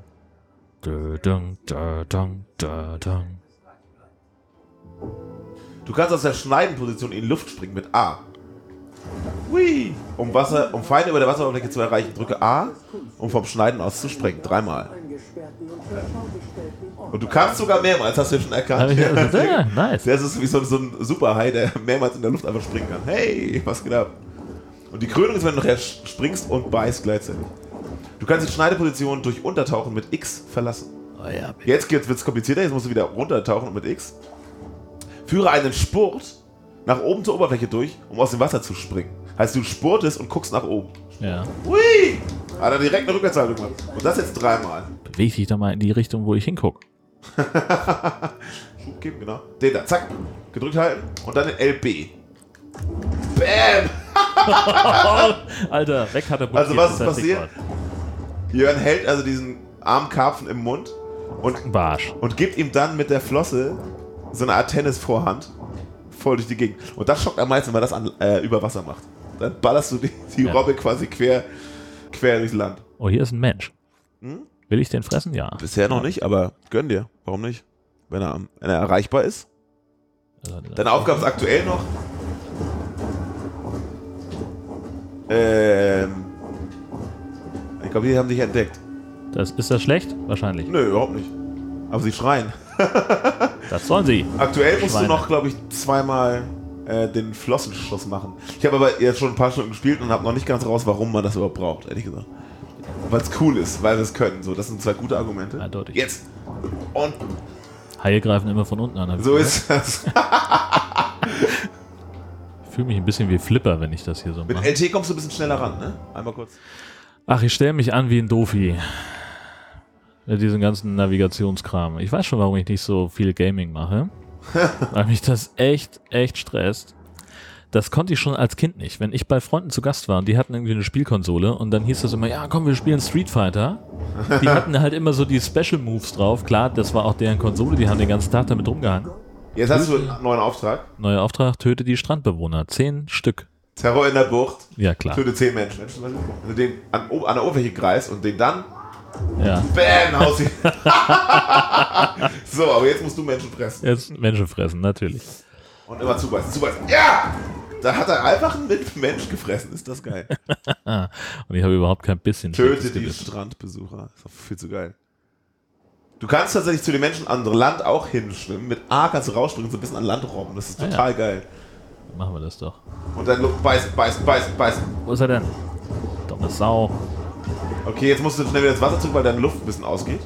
Speaker 1: Dö, dun, dö, dun, dö,
Speaker 2: (laughs)
Speaker 1: dun.
Speaker 2: Du kannst aus der Schneidenposition in die Luft springen mit A. Hui! Um, Wasser, um Pfeile über der Wasseroberfläche zu erreichen, drücke A, um vom Schneiden aus zu springen. Dreimal.
Speaker 5: eingesperrten und zur Schau gestellten Ort.
Speaker 2: Und du kannst sogar mehrmals, hast du ja schon
Speaker 1: Hab
Speaker 2: erkannt.
Speaker 1: ich- (laughs)
Speaker 2: (laughs)
Speaker 1: Ja, nice.
Speaker 2: Das ist wie so, so ein Superhai, der mehrmals in der Luft einfach springen kann. Hey, was geht ab? Und die Krönung ist, wenn du nachher sch- springst und beißt gleichzeitig. Du kannst die Schneideposition durch Untertauchen mit X verlassen.
Speaker 1: Oh, ja.
Speaker 2: Jetzt wird es komplizierter, jetzt musst du wieder runtertauchen und mit X. Führe einen Spurt nach oben zur Oberfläche durch, um aus dem Wasser zu springen. Heißt, du spurtest und guckst nach oben.
Speaker 1: ja.
Speaker 2: Hui! Hat er direkt eine Rückwärtshaltung gemacht. Und das jetzt dreimal.
Speaker 1: Beweg dich doch mal in die Richtung, wo ich hingucke.
Speaker 2: Schub geben, genau. Den da, zack. Gedrückt halten und dann den LB. Bam!
Speaker 1: Alter, weg hat er
Speaker 2: Also was ist passiert? Jörn hält also diesen armen Karpfen im Mund und,
Speaker 1: Barsch.
Speaker 2: und gibt ihm dann mit der Flosse so eine Art Tennisvorhand voll durch die Gegend. Und das schockt am meisten, weil das an, äh, über Wasser macht. Dann ballerst du die, die
Speaker 1: Ja.
Speaker 2: Robbe quasi quer, quer durchs Land.
Speaker 1: Oh, hier ist ein Mensch.
Speaker 2: Hm?
Speaker 1: Will ich den fressen? Ja.
Speaker 2: Bisher noch nicht, aber gönn dir. Warum nicht? Wenn er, am- wenn er erreichbar ist.
Speaker 1: Also,
Speaker 2: Deine Aufgabe ist aktuell noch. Ähm. Ich glaube, die haben dich entdeckt.
Speaker 1: das, ist das schlecht? Wahrscheinlich.
Speaker 2: Nö, überhaupt nicht. Aber sie schreien.
Speaker 1: Das sollen sie.
Speaker 2: Aktuell musst
Speaker 1: Schweine.
Speaker 2: du noch, glaube ich, zweimal äh, den Flossenschuss machen. Ich habe aber jetzt schon ein paar Stunden gespielt und habe noch nicht ganz raus, warum man das überhaupt braucht, ehrlich gesagt. Weil es cool ist, weil wir es können. So, das sind zwei gute Argumente.
Speaker 1: Eindeutig.
Speaker 2: Jetzt! Und
Speaker 1: Haie greifen immer von unten an. hab ich
Speaker 2: so
Speaker 1: gehört. (laughs)
Speaker 2: ist das.
Speaker 1: Ich fühle mich ein bisschen wie Flipper, wenn ich das hier so
Speaker 2: Mit
Speaker 1: mache.
Speaker 2: LT kommst du ein bisschen schneller ran, ne? Einmal kurz.
Speaker 1: Ach, ich stelle mich an wie ein Dofi. Mit diesem ganzen Navigationskram. Ich weiß schon, warum ich nicht so viel Gaming
Speaker 2: (laughs)
Speaker 1: mache. weil mich das echt, echt stresst. Das konnte ich schon als Kind nicht. Wenn ich bei Freunden zu Gast war und die hatten irgendwie eine Spielkonsole und dann hieß das immer, ja komm, wir spielen Street Fighter.
Speaker 2: (laughs)
Speaker 1: Die hatten halt immer so die Special Moves drauf. Klar, das war auch deren Konsole, die haben den ganzen Tag damit rumgehangen.
Speaker 2: Jetzt hast du einen neuen Auftrag.
Speaker 1: Neuer Auftrag, töte die Strandbewohner. Zehn Stück.
Speaker 2: Terror in der Bucht.
Speaker 1: Ja, klar.
Speaker 2: Töte 10 Menschen. Wenn du den an, o- an der Oberfläche greifst und den dann,
Speaker 1: Ja.
Speaker 2: bam, aussieht.
Speaker 1: (laughs)
Speaker 2: (laughs) so, aber jetzt musst du Menschen fressen.
Speaker 1: Jetzt Menschen fressen, natürlich.
Speaker 2: Und immer zubeißen, zubeißen. Ja! Da hat er einfach einen Mensch gefressen. Ist
Speaker 1: (laughs)
Speaker 2: das geil.
Speaker 1: Und ich habe überhaupt kein bisschen
Speaker 2: Töte
Speaker 1: schlechtes
Speaker 2: die
Speaker 1: Gewissen.
Speaker 2: Strandbesucher. Ist doch viel zu geil. Du kannst tatsächlich zu den Menschen an Land auch hinschwimmen. Mit A kannst du rausspringen, so ein bisschen an Land robben. Das ist
Speaker 1: Ah, ja.
Speaker 2: total geil.
Speaker 1: Machen wir das doch.
Speaker 2: Und dann beißen, beißen, beißen, beißen.
Speaker 1: Wo ist er denn? Dumme Sau.
Speaker 2: Okay, jetzt musst du schnell wieder ins Wasser zurück, weil deine Luft ein bisschen ausgeht.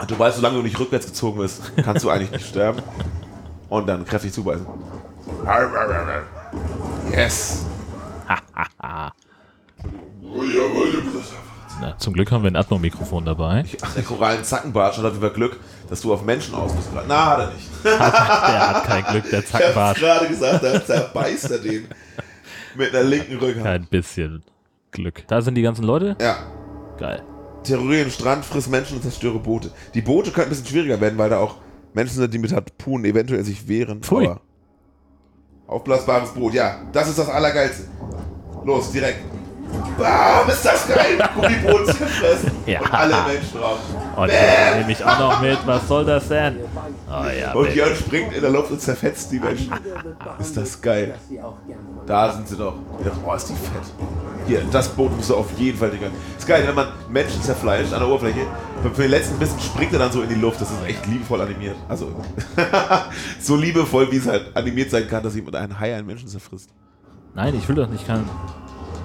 Speaker 2: Und du weißt, solange du nicht rückwärts gezogen bist, kannst du eigentlich nicht sterben. Und dann kräftig zubeißen. Yes!
Speaker 1: Na, zum Glück haben wir ein Atmo-Mikrofon dabei.
Speaker 2: Ach, der korallen Zackenbarsch hat auf jeden Fall Glück, dass du auf Menschen aus bist. Na, hat er nicht.
Speaker 1: Der hat kein Glück, der
Speaker 2: Ich hab's
Speaker 1: Zackbarsch.
Speaker 2: gerade gesagt, da zerbeißt er den. Mit einer linken Rückhand.
Speaker 1: Kein bisschen Glück. Da sind die ganzen Leute.
Speaker 2: Ja.
Speaker 1: Geil.
Speaker 2: Terrorieren Strand, friss Menschen und zerstöre Boote. Die Boote können ein bisschen schwieriger werden, weil da auch Menschen sind, die mit Harpunen eventuell sich wehren.
Speaker 1: Pfui.
Speaker 2: Aber aufblasbares Boot, ja. Das ist das Allergeilste. Los, direkt. Bam, ist das geil! Guck die Boote zerfressen.
Speaker 1: Ja.
Speaker 2: Und alle Menschen drauf.
Speaker 1: Und den nehme ich auch noch mit. Was soll das denn? Oh ja,
Speaker 2: Und
Speaker 1: Baby.
Speaker 2: Jörn springt in der Luft und zerfetzt die Menschen. Ist das geil.
Speaker 5: dass sie auch gern wollen.
Speaker 2: Da sind sie doch. Ja, Oh, ist die fett. Hier, das Boot musst du auf jeden Fall dicker. Ist geil, wenn man Menschen zerfleischt an der Oberfläche. Für den letzten Bissen springt er dann so in die Luft. Das ist echt liebevoll animiert. Also, (laughs) so liebevoll, wie es halt animiert sein kann, dass jemand einen Hai einen Menschen zerfrisst.
Speaker 1: Nein, ich will doch nicht keinen.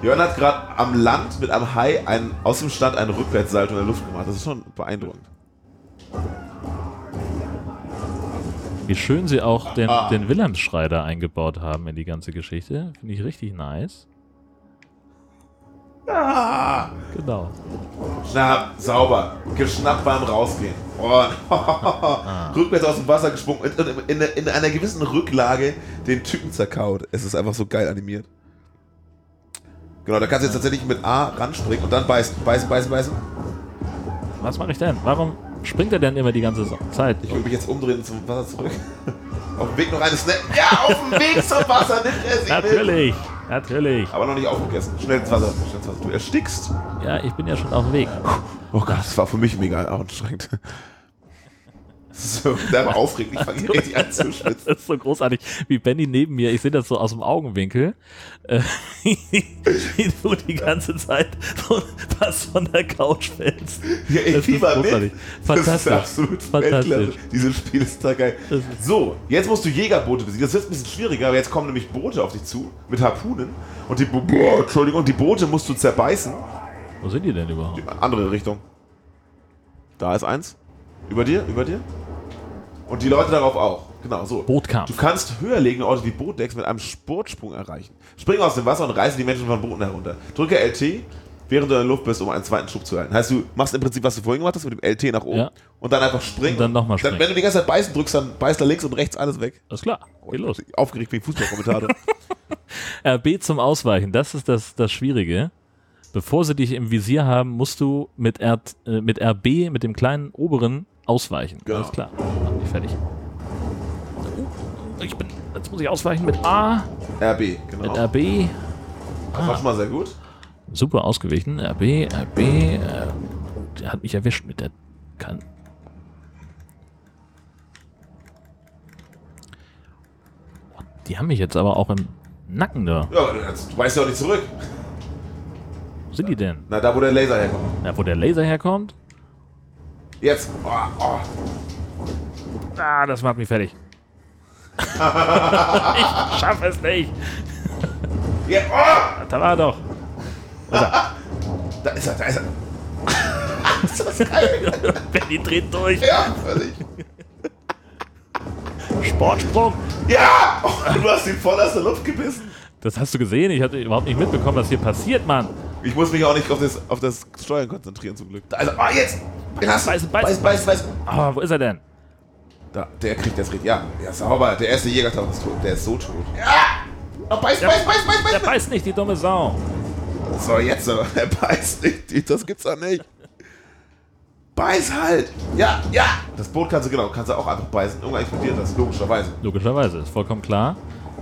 Speaker 2: Jörn hat gerade am Land mit einem Hai einen, aus dem Stand einen Rückwärtssalto in der Luft gemacht. Das ist schon beeindruckend.
Speaker 1: Wie schön sie auch den,
Speaker 2: Ah.
Speaker 1: den Wilhelmsschrei da eingebaut haben in die ganze Geschichte. Finde ich richtig nice.
Speaker 2: Ah,
Speaker 1: Genau.
Speaker 2: schnapp, sauber. Geschnappt beim Rausgehen. Oh, rückwärts aus dem Wasser gesprungen und und in, in einer gewissen Rücklage den Typen zerkaut. Es ist einfach so geil animiert. Genau, da kannst du jetzt tatsächlich mit A ranspringen und dann beißen, beißen, beißen, beißen.
Speaker 1: Was mache ich denn? Warum springt er denn immer die ganze Zeit?
Speaker 2: Ich würde mich jetzt umdrehen und zum Wasser zurück. (laughs) auf dem Weg noch eine Snap. Ja, auf dem Weg zum Wasser, nimmt er sie mit.
Speaker 1: Natürlich, natürlich.
Speaker 2: Aber noch nicht aufgegessen. Schnell ins Wasser, schnell ins Wasser. Du erstickst.
Speaker 1: Ja, ich bin ja schon auf dem Weg.
Speaker 2: Oh Gott, das war für mich mega anstrengend. (laughs) So, da war aufregend, ich fange richtig
Speaker 1: (laughs)
Speaker 2: an zu schwitzen.
Speaker 1: Das ist so großartig, wie Benny neben mir. Ich sehe das so aus dem Augenwinkel. Äh, (laughs) wie du die ganze Zeit so was von der Couch fällst.
Speaker 2: Ja, ich
Speaker 1: Das ist
Speaker 2: fieber
Speaker 1: großartig.
Speaker 2: mit. Das ist
Speaker 1: Fantastisch.
Speaker 2: absolut
Speaker 1: Fantastisch.
Speaker 2: Weltklasse. Dieses Spiel ist da geil.
Speaker 1: Das ist-
Speaker 2: So, jetzt musst du Jägerboote besiegen. Das wird ein bisschen schwieriger, aber jetzt kommen nämlich Boote auf dich zu mit Harpunen und die, Bo boah, Entschuldigung, die Boote musst du zerbeißen.
Speaker 1: Wo sind die denn überhaupt?
Speaker 2: Andere Richtung. Da ist eins. Über dir, über dir. Und die Leute darauf auch. Genau, so.
Speaker 1: Bootkampf.
Speaker 2: Du kannst höher liegende Orte wie Bootdecks mit einem Sportsprung erreichen. Spring aus dem Wasser und reiße die Menschen von Booten herunter. Drücke LT, während du in der Luft bist, um einen zweiten Schub zu erhalten. Heißt, du machst im Prinzip, was du vorhin gemacht hast, mit dem LT nach oben
Speaker 1: Ja.
Speaker 2: und dann einfach springen.
Speaker 1: Und dann nochmal springen.
Speaker 2: Wenn du die ganze Zeit beißen drückst, dann beißt da links und rechts alles weg.
Speaker 1: Alles klar, geht los.
Speaker 2: Aufgeregt
Speaker 1: (laughs)
Speaker 2: wie Fußballkommentator.
Speaker 1: Äh, B zum Ausweichen, das ist das, das Schwierige. Bevor sie dich im Visier haben, musst du mit, R, äh, mit RB, mit dem kleinen oberen, ausweichen.
Speaker 2: Genau.
Speaker 1: Alles klar. Mach mich fertig. Oh, Ich bin, jetzt muss ich ausweichen mit A,
Speaker 2: RB, genau.
Speaker 1: mit RB.
Speaker 2: Das war schon mal sehr gut.
Speaker 1: Super ausgewichen. RB, RB. Äh, der hat mich erwischt mit der. Kann. Die haben mich jetzt aber auch im Nacken da.
Speaker 2: Ja, aber du du weißt ja auch nicht zurück.
Speaker 1: Wo sind die denn?
Speaker 2: Na, da wo der Laser herkommt.
Speaker 1: Na, wo der Laser herkommt?
Speaker 2: Jetzt. Oh, oh.
Speaker 1: Ah, das macht mich fertig. (laughs) ich schaffe es nicht.
Speaker 2: Jetzt. Oh!
Speaker 1: Da war er doch. (laughs)
Speaker 2: Da ist er, da ist er. (laughs)
Speaker 1: Benny dreht durch.
Speaker 2: Ja, völlig.
Speaker 1: Sportsprung.
Speaker 2: Ja! Oh, du hast ihn voll aus der Luft gebissen.
Speaker 1: Das hast du gesehen. Ich hatte überhaupt nicht mitbekommen, was hier passiert, Mann.
Speaker 2: Ich muss mich auch nicht auf das, auf das Steuern konzentrieren, zum Glück. Da ist er. Oh, jetzt! Den hast du.
Speaker 1: Beißen, beißen.
Speaker 2: beiß, beiß.
Speaker 1: Ah, wo ist er denn?
Speaker 2: Da, der kriegt jetzt richtig. Ja, ja, sauber. Der erste Jägertauch ist tot. Der ist so tot. Ja! Oh, beiß, beiß, beiß, beiß,
Speaker 1: Der
Speaker 2: beiß,
Speaker 1: beißt nicht, die dumme Sau.
Speaker 2: So, (laughs) jetzt aber. Er beißt nicht. Das gibt's doch nicht. Beiß halt! Ja, ja! Das Boot kannst du, genau, kannst du auch einfach beißen. Irgendwann explodiert das, logischerweise. (laughs)
Speaker 1: Logischerweise, ist vollkommen klar.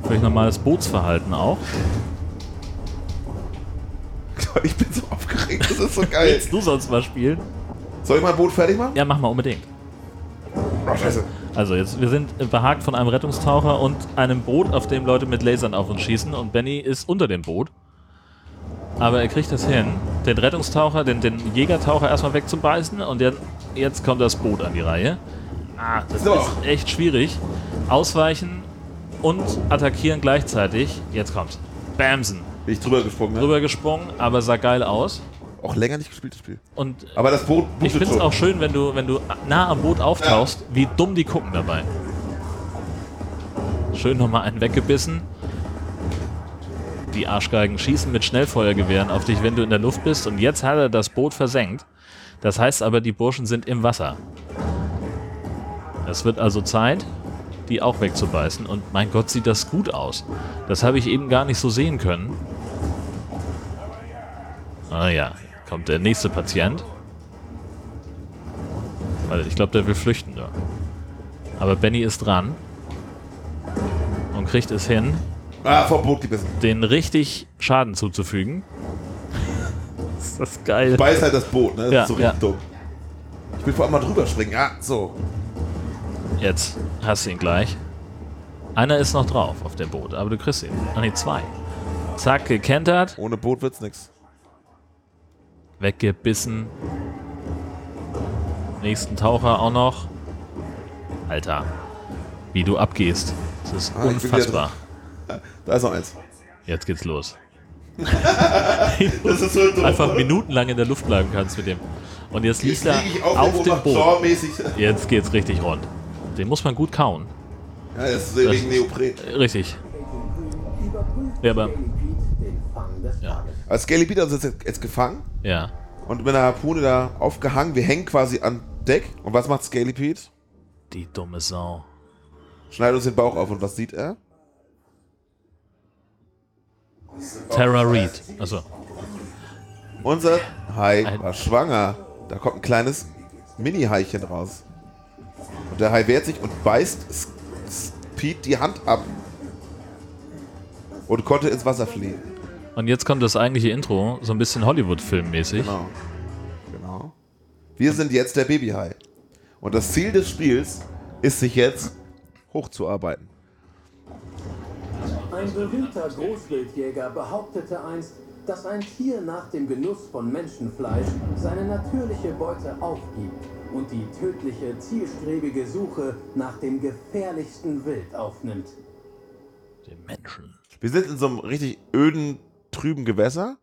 Speaker 1: Völlig normales Bootsverhalten auch.
Speaker 2: Ich bin so aufgeregt, das ist so geil.
Speaker 1: Willst du sonst mal spielen?
Speaker 2: Soll ich mein Boot fertig machen?
Speaker 1: Ja, mach mal unbedingt.
Speaker 2: Oh, scheiße.
Speaker 1: Also jetzt, wir sind äh, behagt von einem Rettungstaucher und einem Boot, auf dem Leute mit Lasern auf uns schießen und Benny ist unter dem Boot. Aber er kriegt das hin, den Rettungstaucher, den, den Jägertaucher erstmal wegzubeißen und dann, jetzt kommt das Boot an die Reihe. Ah, das
Speaker 2: So.
Speaker 1: ist echt schwierig. Ausweichen und attackieren gleichzeitig. Jetzt kommt's. Bamsen.
Speaker 2: Bin ich drüber gesprungen, ne?
Speaker 1: Rübergesprungen, aber sah geil aus.
Speaker 2: Auch länger nicht gespielt, das Spiel.
Speaker 1: Und
Speaker 2: Aber das Boot
Speaker 1: ich finde es auch schön, wenn du, wenn du nah am Boot auftauchst, wie dumm die gucken dabei. Schön nochmal einen weggebissen. Die Arschgeigen schießen mit Schnellfeuergewehren auf dich, wenn du in der Luft bist. Und jetzt hat er das Boot versenkt. Das heißt aber, die Burschen sind im Wasser. Es wird also Zeit, die auch wegzubeißen. Und mein Gott, sieht das gut aus. Das habe ich eben gar nicht so sehen können. Ah ja, kommt der nächste Patient. Weil ich glaube, der will flüchten da. Aber Benny ist dran und kriegt es hin,
Speaker 2: Ah, vom Boot gebissen.
Speaker 1: den richtig Schaden zuzufügen. (laughs) ist das geil.
Speaker 2: Beiß halt das Boot, ne? Das
Speaker 1: Ja,
Speaker 2: ist so richtig
Speaker 1: ja.
Speaker 2: dumm. Ich will vor allem mal drüber springen. Ah, so.
Speaker 1: Jetzt hast du ihn gleich. Einer ist noch drauf auf dem Boot, aber du kriegst ihn. Ah ne, zwei. Zack, gekentert,
Speaker 2: Ohne Boot wird's nix.
Speaker 1: weggebissen. Nächsten Taucher auch noch. Alter, wie du abgehst. Das ist
Speaker 2: Ah, ich bin wieder
Speaker 1: unfassbar.
Speaker 2: Da ist noch eins.
Speaker 1: Jetzt geht's los.
Speaker 2: Das ist so dumm.
Speaker 1: einfach minutenlang in der Luft bleiben kannst mit dem. Und jetzt liegt er
Speaker 2: Lieg ich
Speaker 1: auf, dem Boot.
Speaker 2: Tormäßig. Ja,
Speaker 1: Jetzt geht's richtig rund. Den muss man gut kauen.
Speaker 2: das ist wegen Neopren.
Speaker 1: Äh, Richtig. Ja, aber ja,
Speaker 2: Als Scaly Peter ist jetzt, jetzt gefangen
Speaker 1: ja.
Speaker 2: und mit einer Harpune da aufgehangen. Wir hängen quasi an Deck. Und was macht Scaly Pete?
Speaker 1: Die dumme Sau.
Speaker 2: Schneidet uns den Bauch auf und was sieht er?
Speaker 1: Tara Reid. Also
Speaker 2: Unser Hai
Speaker 1: Ein-
Speaker 2: war schwanger. Da kommt ein kleines Mini-Haichen raus. Und der Hai wehrt sich und beißt S- S- Pete die Hand ab. Und konnte ins Wasser fliehen.
Speaker 1: und jetzt kommt das eigentliche Intro, so ein bisschen Hollywood-filmmäßig.
Speaker 2: Genau. Genau. Wir sind jetzt der Babyhai. Und das Ziel des Spiels ist, sich jetzt hochzuarbeiten.
Speaker 5: Ein berühmter Großwildjäger behauptete einst, dass ein Tier nach dem Genuss von Menschenfleisch seine natürliche Beute aufgibt und die tödliche, zielstrebige Suche nach dem gefährlichsten Wild aufnimmt.
Speaker 1: Den Menschen.
Speaker 2: Wir sind in so einem richtig öden, trüben Gewässer.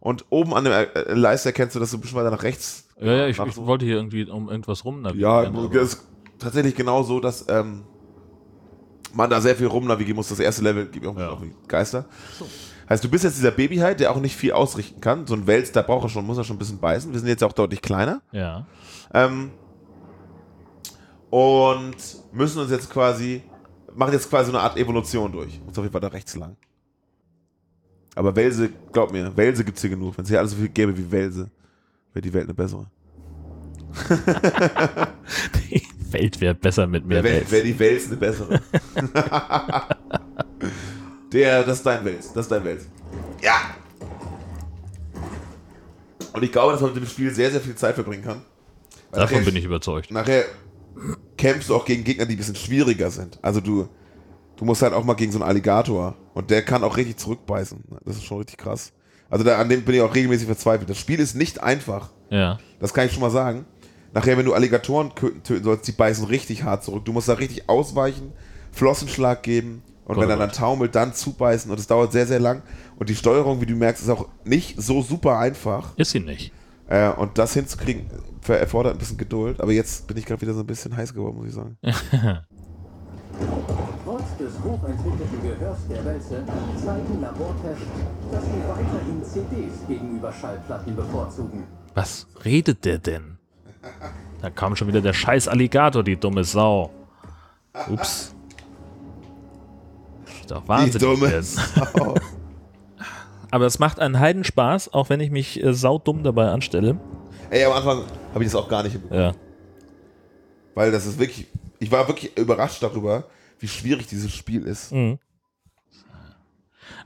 Speaker 2: Und oben an dem äh, Leist erkennst du, dass du ein bisschen weiter nach rechts.
Speaker 1: Ja, ja, ich,
Speaker 2: nach
Speaker 1: ich
Speaker 2: so-
Speaker 1: wollte hier irgendwie um irgendwas rum.
Speaker 2: Ja,
Speaker 1: aber
Speaker 2: es ist tatsächlich genau so, dass ähm, man da sehr viel rumnavigieren muss. Das erste Level gibt mir auch
Speaker 1: Ja.
Speaker 2: auf die Geister. Heißt, du bist jetzt dieser Babyhai, der auch nicht viel ausrichten kann. So ein Wels, da braucht er schon, muss er schon ein bisschen beißen. Wir sind jetzt auch deutlich kleiner.
Speaker 1: ja. (laughs)
Speaker 2: Ähm, und müssen uns jetzt quasi, machen jetzt quasi eine Art Evolution durch. Uns auf jeden Fall da rechts lang. Aber Welse, glaub mir, Welse gibt's hier genug. Wenn es hier alles so viel gäbe wie Welse, wäre die Welt eine bessere.
Speaker 1: Die Welt wäre besser mit mehr
Speaker 2: Wäre
Speaker 1: Welt.
Speaker 2: wär die Wels eine bessere. (laughs) Der, das ist dein Wels, das ist dein Wels. Ja! Und ich glaube, dass man mit dem Spiel sehr, sehr viel Zeit verbringen kann. Weil
Speaker 1: Davon
Speaker 2: nachher-
Speaker 1: bin ich überzeugt.
Speaker 2: nachher kämpfst du auch gegen Gegner, die ein bisschen schwieriger sind. Also du, du musst halt auch mal gegen so einen Alligator. Und der kann auch richtig zurückbeißen. Das ist schon richtig krass. Also da, an dem bin ich auch regelmäßig verzweifelt. Das Spiel ist nicht einfach.
Speaker 1: Ja.
Speaker 2: Das kann ich schon mal sagen. Nachher, wenn du Alligatoren kö- töten sollst, die beißen richtig hart zurück. Du musst da richtig ausweichen, Flossenschlag geben und
Speaker 1: Gott,
Speaker 2: wenn er
Speaker 1: Gott.
Speaker 2: dann taumelt, dann zubeißen. Und es dauert sehr, sehr lang. Und die Steuerung, wie du merkst, ist auch nicht so super einfach.
Speaker 1: Ist sie nicht.
Speaker 2: Äh, und das hinzukriegen, ver- erfordert ein bisschen Geduld. Aber jetzt bin ich gerade wieder so ein bisschen heiß geworden, muss ich sagen.
Speaker 5: Trotz des hochentwickelten Gehörs der Wälze zeigen Labortests, dass sie weiterhin CDs gegenüber Schallplatten bevorzugen.
Speaker 1: Was redet der denn? Da kam schon wieder der scheiß Alligator, die dumme Sau. Ups. Ist doch wahnsinnig.
Speaker 2: dumme (laughs)
Speaker 1: jetzt. Aber es macht einen Heidenspaß, auch wenn ich mich äh, saudumm dabei anstelle.
Speaker 2: Ey, am Anfang habe ich das auch gar nicht hinbekommen.
Speaker 1: Ja.
Speaker 2: Weil das ist wirklich. Ich war wirklich überrascht darüber, wie schwierig dieses Spiel ist.
Speaker 1: Mhm.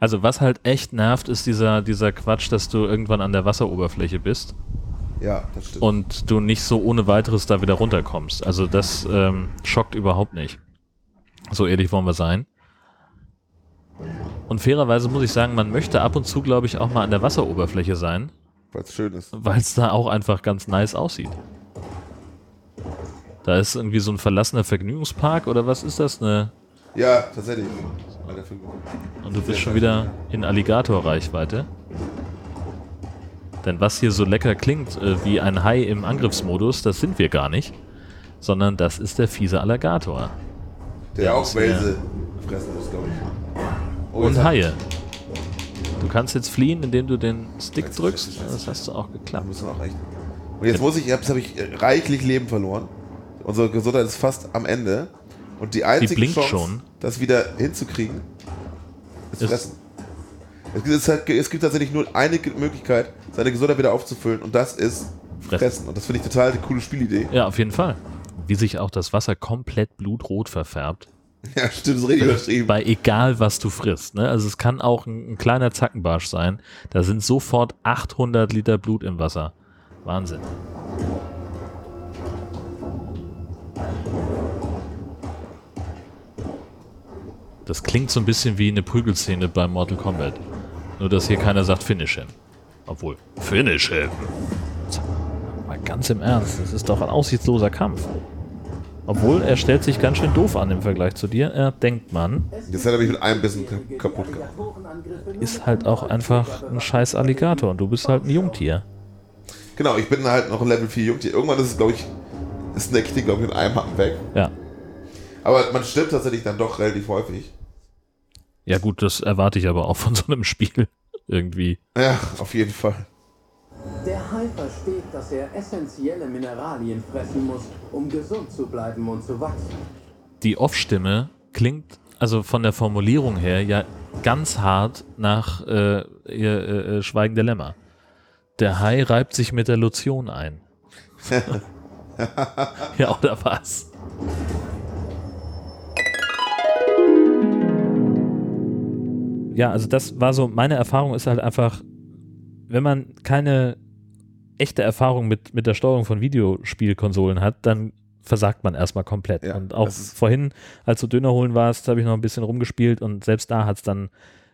Speaker 1: Also was halt echt nervt, ist dieser, dieser Quatsch, dass du irgendwann an der Wasseroberfläche bist
Speaker 2: Ja, das stimmt.
Speaker 1: und du nicht so ohne weiteres da wieder runterkommst. Also das ähm, schockt überhaupt nicht. So ehrlich wollen wir sein. Und fairerweise muss ich sagen, man möchte ab und zu, glaube ich, auch mal an der Wasseroberfläche sein,
Speaker 2: Weil es schön ist.
Speaker 1: weil es da auch einfach ganz nice aussieht. Da ist irgendwie so ein verlassener Vergnügungspark oder was ist das? Ne?
Speaker 2: Ja, tatsächlich. Alter, Film.
Speaker 1: Und du bist schon wieder in Alligatorreichweite. Denn was hier so lecker klingt äh, wie ein Hai im Angriffsmodus, das sind wir gar nicht, sondern das ist der fiese Alligator.
Speaker 2: Der auch
Speaker 1: ist ja-
Speaker 2: Welse fressen muss, glaube ich. Oh, jetzt
Speaker 1: Und
Speaker 2: hat-
Speaker 1: Haie. Du kannst jetzt fliehen, indem du den Stick
Speaker 2: Scheiße,
Speaker 1: drückst.
Speaker 2: scheiße,
Speaker 1: Das hast du auch
Speaker 2: Da
Speaker 1: geklappt.
Speaker 2: müssen wir auch echt. Und jetzt muss ich, jetzt habe ich äh, reichlich Leben verloren. Unsere Gesundheit ist fast am Ende. Und die einzige
Speaker 1: blinkt
Speaker 2: Chance,
Speaker 1: schon.
Speaker 2: das wieder hinzukriegen, ist,
Speaker 1: Ist-
Speaker 2: fressen. Es gibt, es, hat, es gibt tatsächlich nur eine Ge- Möglichkeit, seine Gesundheit wieder aufzufüllen. Und das ist fressen.
Speaker 1: Fressen.
Speaker 2: Und das finde ich total eine coole Spielidee.
Speaker 1: Ja, auf jeden Fall. Wie sich auch das Wasser komplett blutrot verfärbt.
Speaker 2: (laughs) Ja, stimmt, das ist richtig überschrieben.
Speaker 1: Bei egal, was du frisst. Ne? Also es kann auch ein, ein kleiner Zackenbarsch sein. Da sind sofort 800 Liter Blut im Wasser. Wahnsinn. Das klingt so ein bisschen wie eine Prügelszene bei Mortal Kombat. Nur, dass hier keiner sagt Finish him. Obwohl, Finish him. Mal ganz im Ernst, das ist doch ein aussichtsloser Kampf. Obwohl, er stellt sich ganz schön doof an im Vergleich zu dir. Er denkt man,
Speaker 2: Jetzt hat er mich mit einem Bissen ka- kaputt gemacht.
Speaker 1: ist halt auch einfach ein scheiß Alligator und du bist halt ein Jungtier.
Speaker 2: Genau, ich bin halt noch ein Level 4 Jungtier. Irgendwann ist es, glaube ich, snackt die, glaube ich, mit einem Happen weg.
Speaker 1: Ja.
Speaker 2: Aber man stirbt tatsächlich dann doch relativ häufig.
Speaker 1: Ja gut, das erwarte ich aber auch von (laughs) so einem Spiel. Irgendwie.
Speaker 2: Ja, auf jeden Fall.
Speaker 5: Der Hai versteht, dass er essentielle Mineralien fressen muss, um gesund zu bleiben und zu wachsen.
Speaker 1: Die Off-Stimme klingt also von der Formulierung her ja ganz hart nach äh, ihr, äh, äh, Schweigen der Lämmer. Der Hai reibt sich mit der Lotion ein. (laughs) ja, oder was? Ja, also das war so, meine Erfahrung ist halt einfach, wenn man keine echte Erfahrung mit, mit der Steuerung von Videospielkonsolen hat, dann versagt man erstmal komplett.
Speaker 2: Ja,
Speaker 1: und auch
Speaker 2: das ist-
Speaker 1: vorhin, als du Döner holen warst, habe ich noch ein bisschen rumgespielt und selbst da hat es dann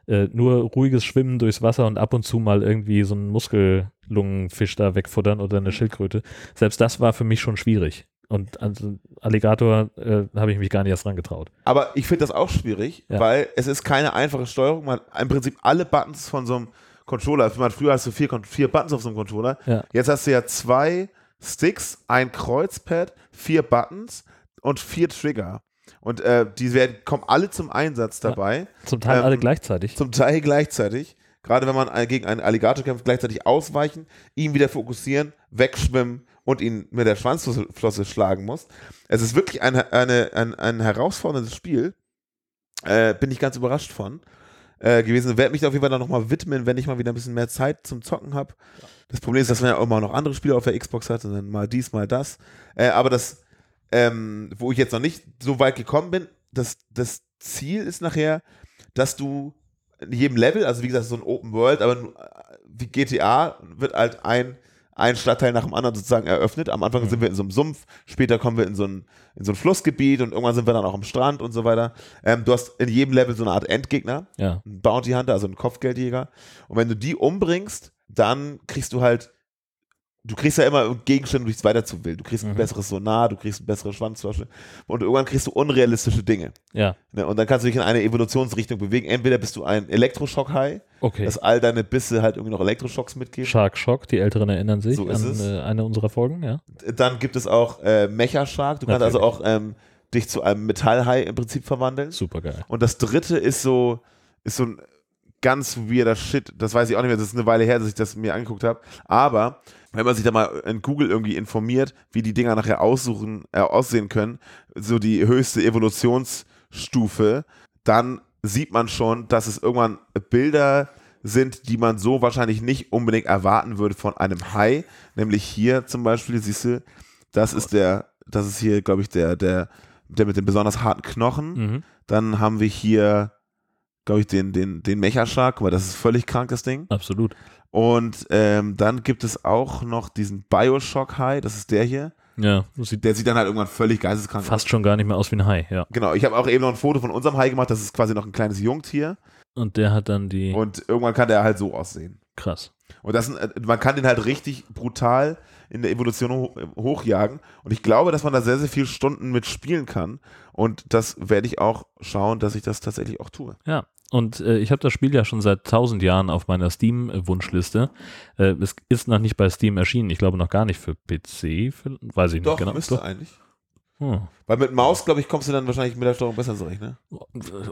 Speaker 1: äh, nur ruhiges Schwimmen durchs Wasser und ab und zu mal irgendwie so einen Muskellungenfisch da wegfuttern oder eine Schildkröte. Selbst das war für mich schon schwierig. Und also Alligator äh, habe ich mich gar nicht erst rangetraut.
Speaker 2: Aber ich finde das auch schwierig,
Speaker 1: Ja.
Speaker 2: weil es ist keine einfache Steuerung. Man hat im Prinzip alle Buttons von so einem Controller. Man, früher hast du vier, Kon- vier Buttons auf so einem Controller.
Speaker 1: Ja.
Speaker 2: Jetzt hast du ja zwei Sticks, ein Kreuzpad, vier Buttons und vier Trigger. Und äh, die werden, kommen alle zum Einsatz dabei.
Speaker 1: Zum Teil
Speaker 2: Ähm,
Speaker 1: alle gleichzeitig.
Speaker 2: Zum Teil gleichzeitig. Gerade wenn man äh, gegen einen Alligator kämpft, gleichzeitig ausweichen, ihn wieder fokussieren, wegschwimmen und ihn mit der Schwanzflosse schlagen muss. Es ist wirklich ein, eine, ein, ein herausforderndes Spiel. Äh, bin ich ganz überrascht von äh, gewesen. Werde mich da auf jeden Fall dann nochmal widmen, wenn ich mal wieder ein bisschen mehr Zeit zum Zocken habe. Das Problem ist, dass man ja auch immer noch andere Spiele auf der Xbox hat und dann mal dies, mal das. Äh, aber das, ähm, wo ich jetzt noch nicht so weit gekommen bin, das, das Ziel ist nachher, dass du in jedem Level, also wie gesagt, so ein Open World, aber nur, äh, wie GTA wird halt ein, ein Stadtteil nach dem anderen sozusagen eröffnet. Am Anfang sind wir in so einem Sumpf, später kommen wir in so, ein, in so ein Flussgebiet und irgendwann sind wir dann auch am Strand und so weiter. Ähm, du hast in jedem Level so eine Art Endgegner,
Speaker 1: ja.
Speaker 2: ein Bounty Hunter, also ein Kopfgeldjäger. Und wenn du die umbringst, dann kriegst du halt, du kriegst ja immer Gegenstände, durchs weiter zu will. Du kriegst ein
Speaker 1: Mhm.
Speaker 2: besseres Sonar, du kriegst eine bessere Schwanzflasche und irgendwann kriegst du unrealistische Dinge.
Speaker 1: Ja.
Speaker 2: Ne? Und dann kannst du dich in eine Evolutionsrichtung bewegen. Entweder bist du ein Elektroschock-High,
Speaker 1: Okay.
Speaker 2: dass all deine Bisse halt irgendwie noch Elektroschocks mitgeben.
Speaker 1: Shark Shock, die Älteren erinnern sich
Speaker 2: So ist
Speaker 1: an
Speaker 2: es.
Speaker 1: äh, eine unserer Folgen, ja.
Speaker 2: Dann gibt es auch äh, Mecha-Shark. Du kannst also auch ähm, dich zu einem Metall-High im Prinzip verwandeln.
Speaker 1: Super geil.
Speaker 2: Und das dritte ist so, ist so ein ganz weirder Shit. Das weiß ich auch nicht mehr. Das ist eine Weile her, dass ich das mir angeguckt habe. Aber wenn man sich da mal in Google irgendwie informiert, wie die Dinger nachher aussuchen, äh, aussehen können, so die höchste Evolutionsstufe, dann sieht man schon, dass es irgendwann Bilder sind, die man so wahrscheinlich nicht unbedingt erwarten würde von einem Hai. Nämlich hier zum Beispiel, siehst du, das ist der, das ist hier, glaube ich, der, der, der mit den besonders harten Knochen.
Speaker 1: Mhm.
Speaker 2: Dann haben wir hier, glaube ich, den, den, den Mecha-Shark, weil das ist völlig krank, das Ding.
Speaker 1: Absolut.
Speaker 2: Und ähm, dann gibt es auch noch diesen Bioshock-High, das ist der hier.
Speaker 1: Ja. Das sieht
Speaker 2: Der sieht dann halt irgendwann völlig geisteskrank aus.
Speaker 1: fast schon gar nicht mehr aus wie ein Hai, ja.
Speaker 2: Genau, ich habe auch eben noch ein Foto von unserem Hai gemacht, das ist quasi noch ein kleines Jungtier.
Speaker 1: Und der hat dann die.
Speaker 2: Und irgendwann kann der halt so aussehen.
Speaker 1: Krass.
Speaker 2: Und das, sind, äh, man kann den halt richtig brutal in der Evolution ho hochjagen. Und ich glaube, dass man da sehr, sehr viele Stunden mit spielen kann. Und das werde ich auch schauen, dass ich das tatsächlich auch tue.
Speaker 1: Ja. Und äh, ich habe das Spiel ja schon seit tausend Jahren auf meiner Steam-Wunschliste. Äh, es ist noch nicht bei Steam erschienen. Ich glaube noch gar nicht für PC. Für, weiß ich nicht genau. Doch.
Speaker 2: eigentlich.
Speaker 1: Hm.
Speaker 2: Weil mit Maus, glaube ich, kommst du dann wahrscheinlich mit der Steuerung besser zurecht, ne?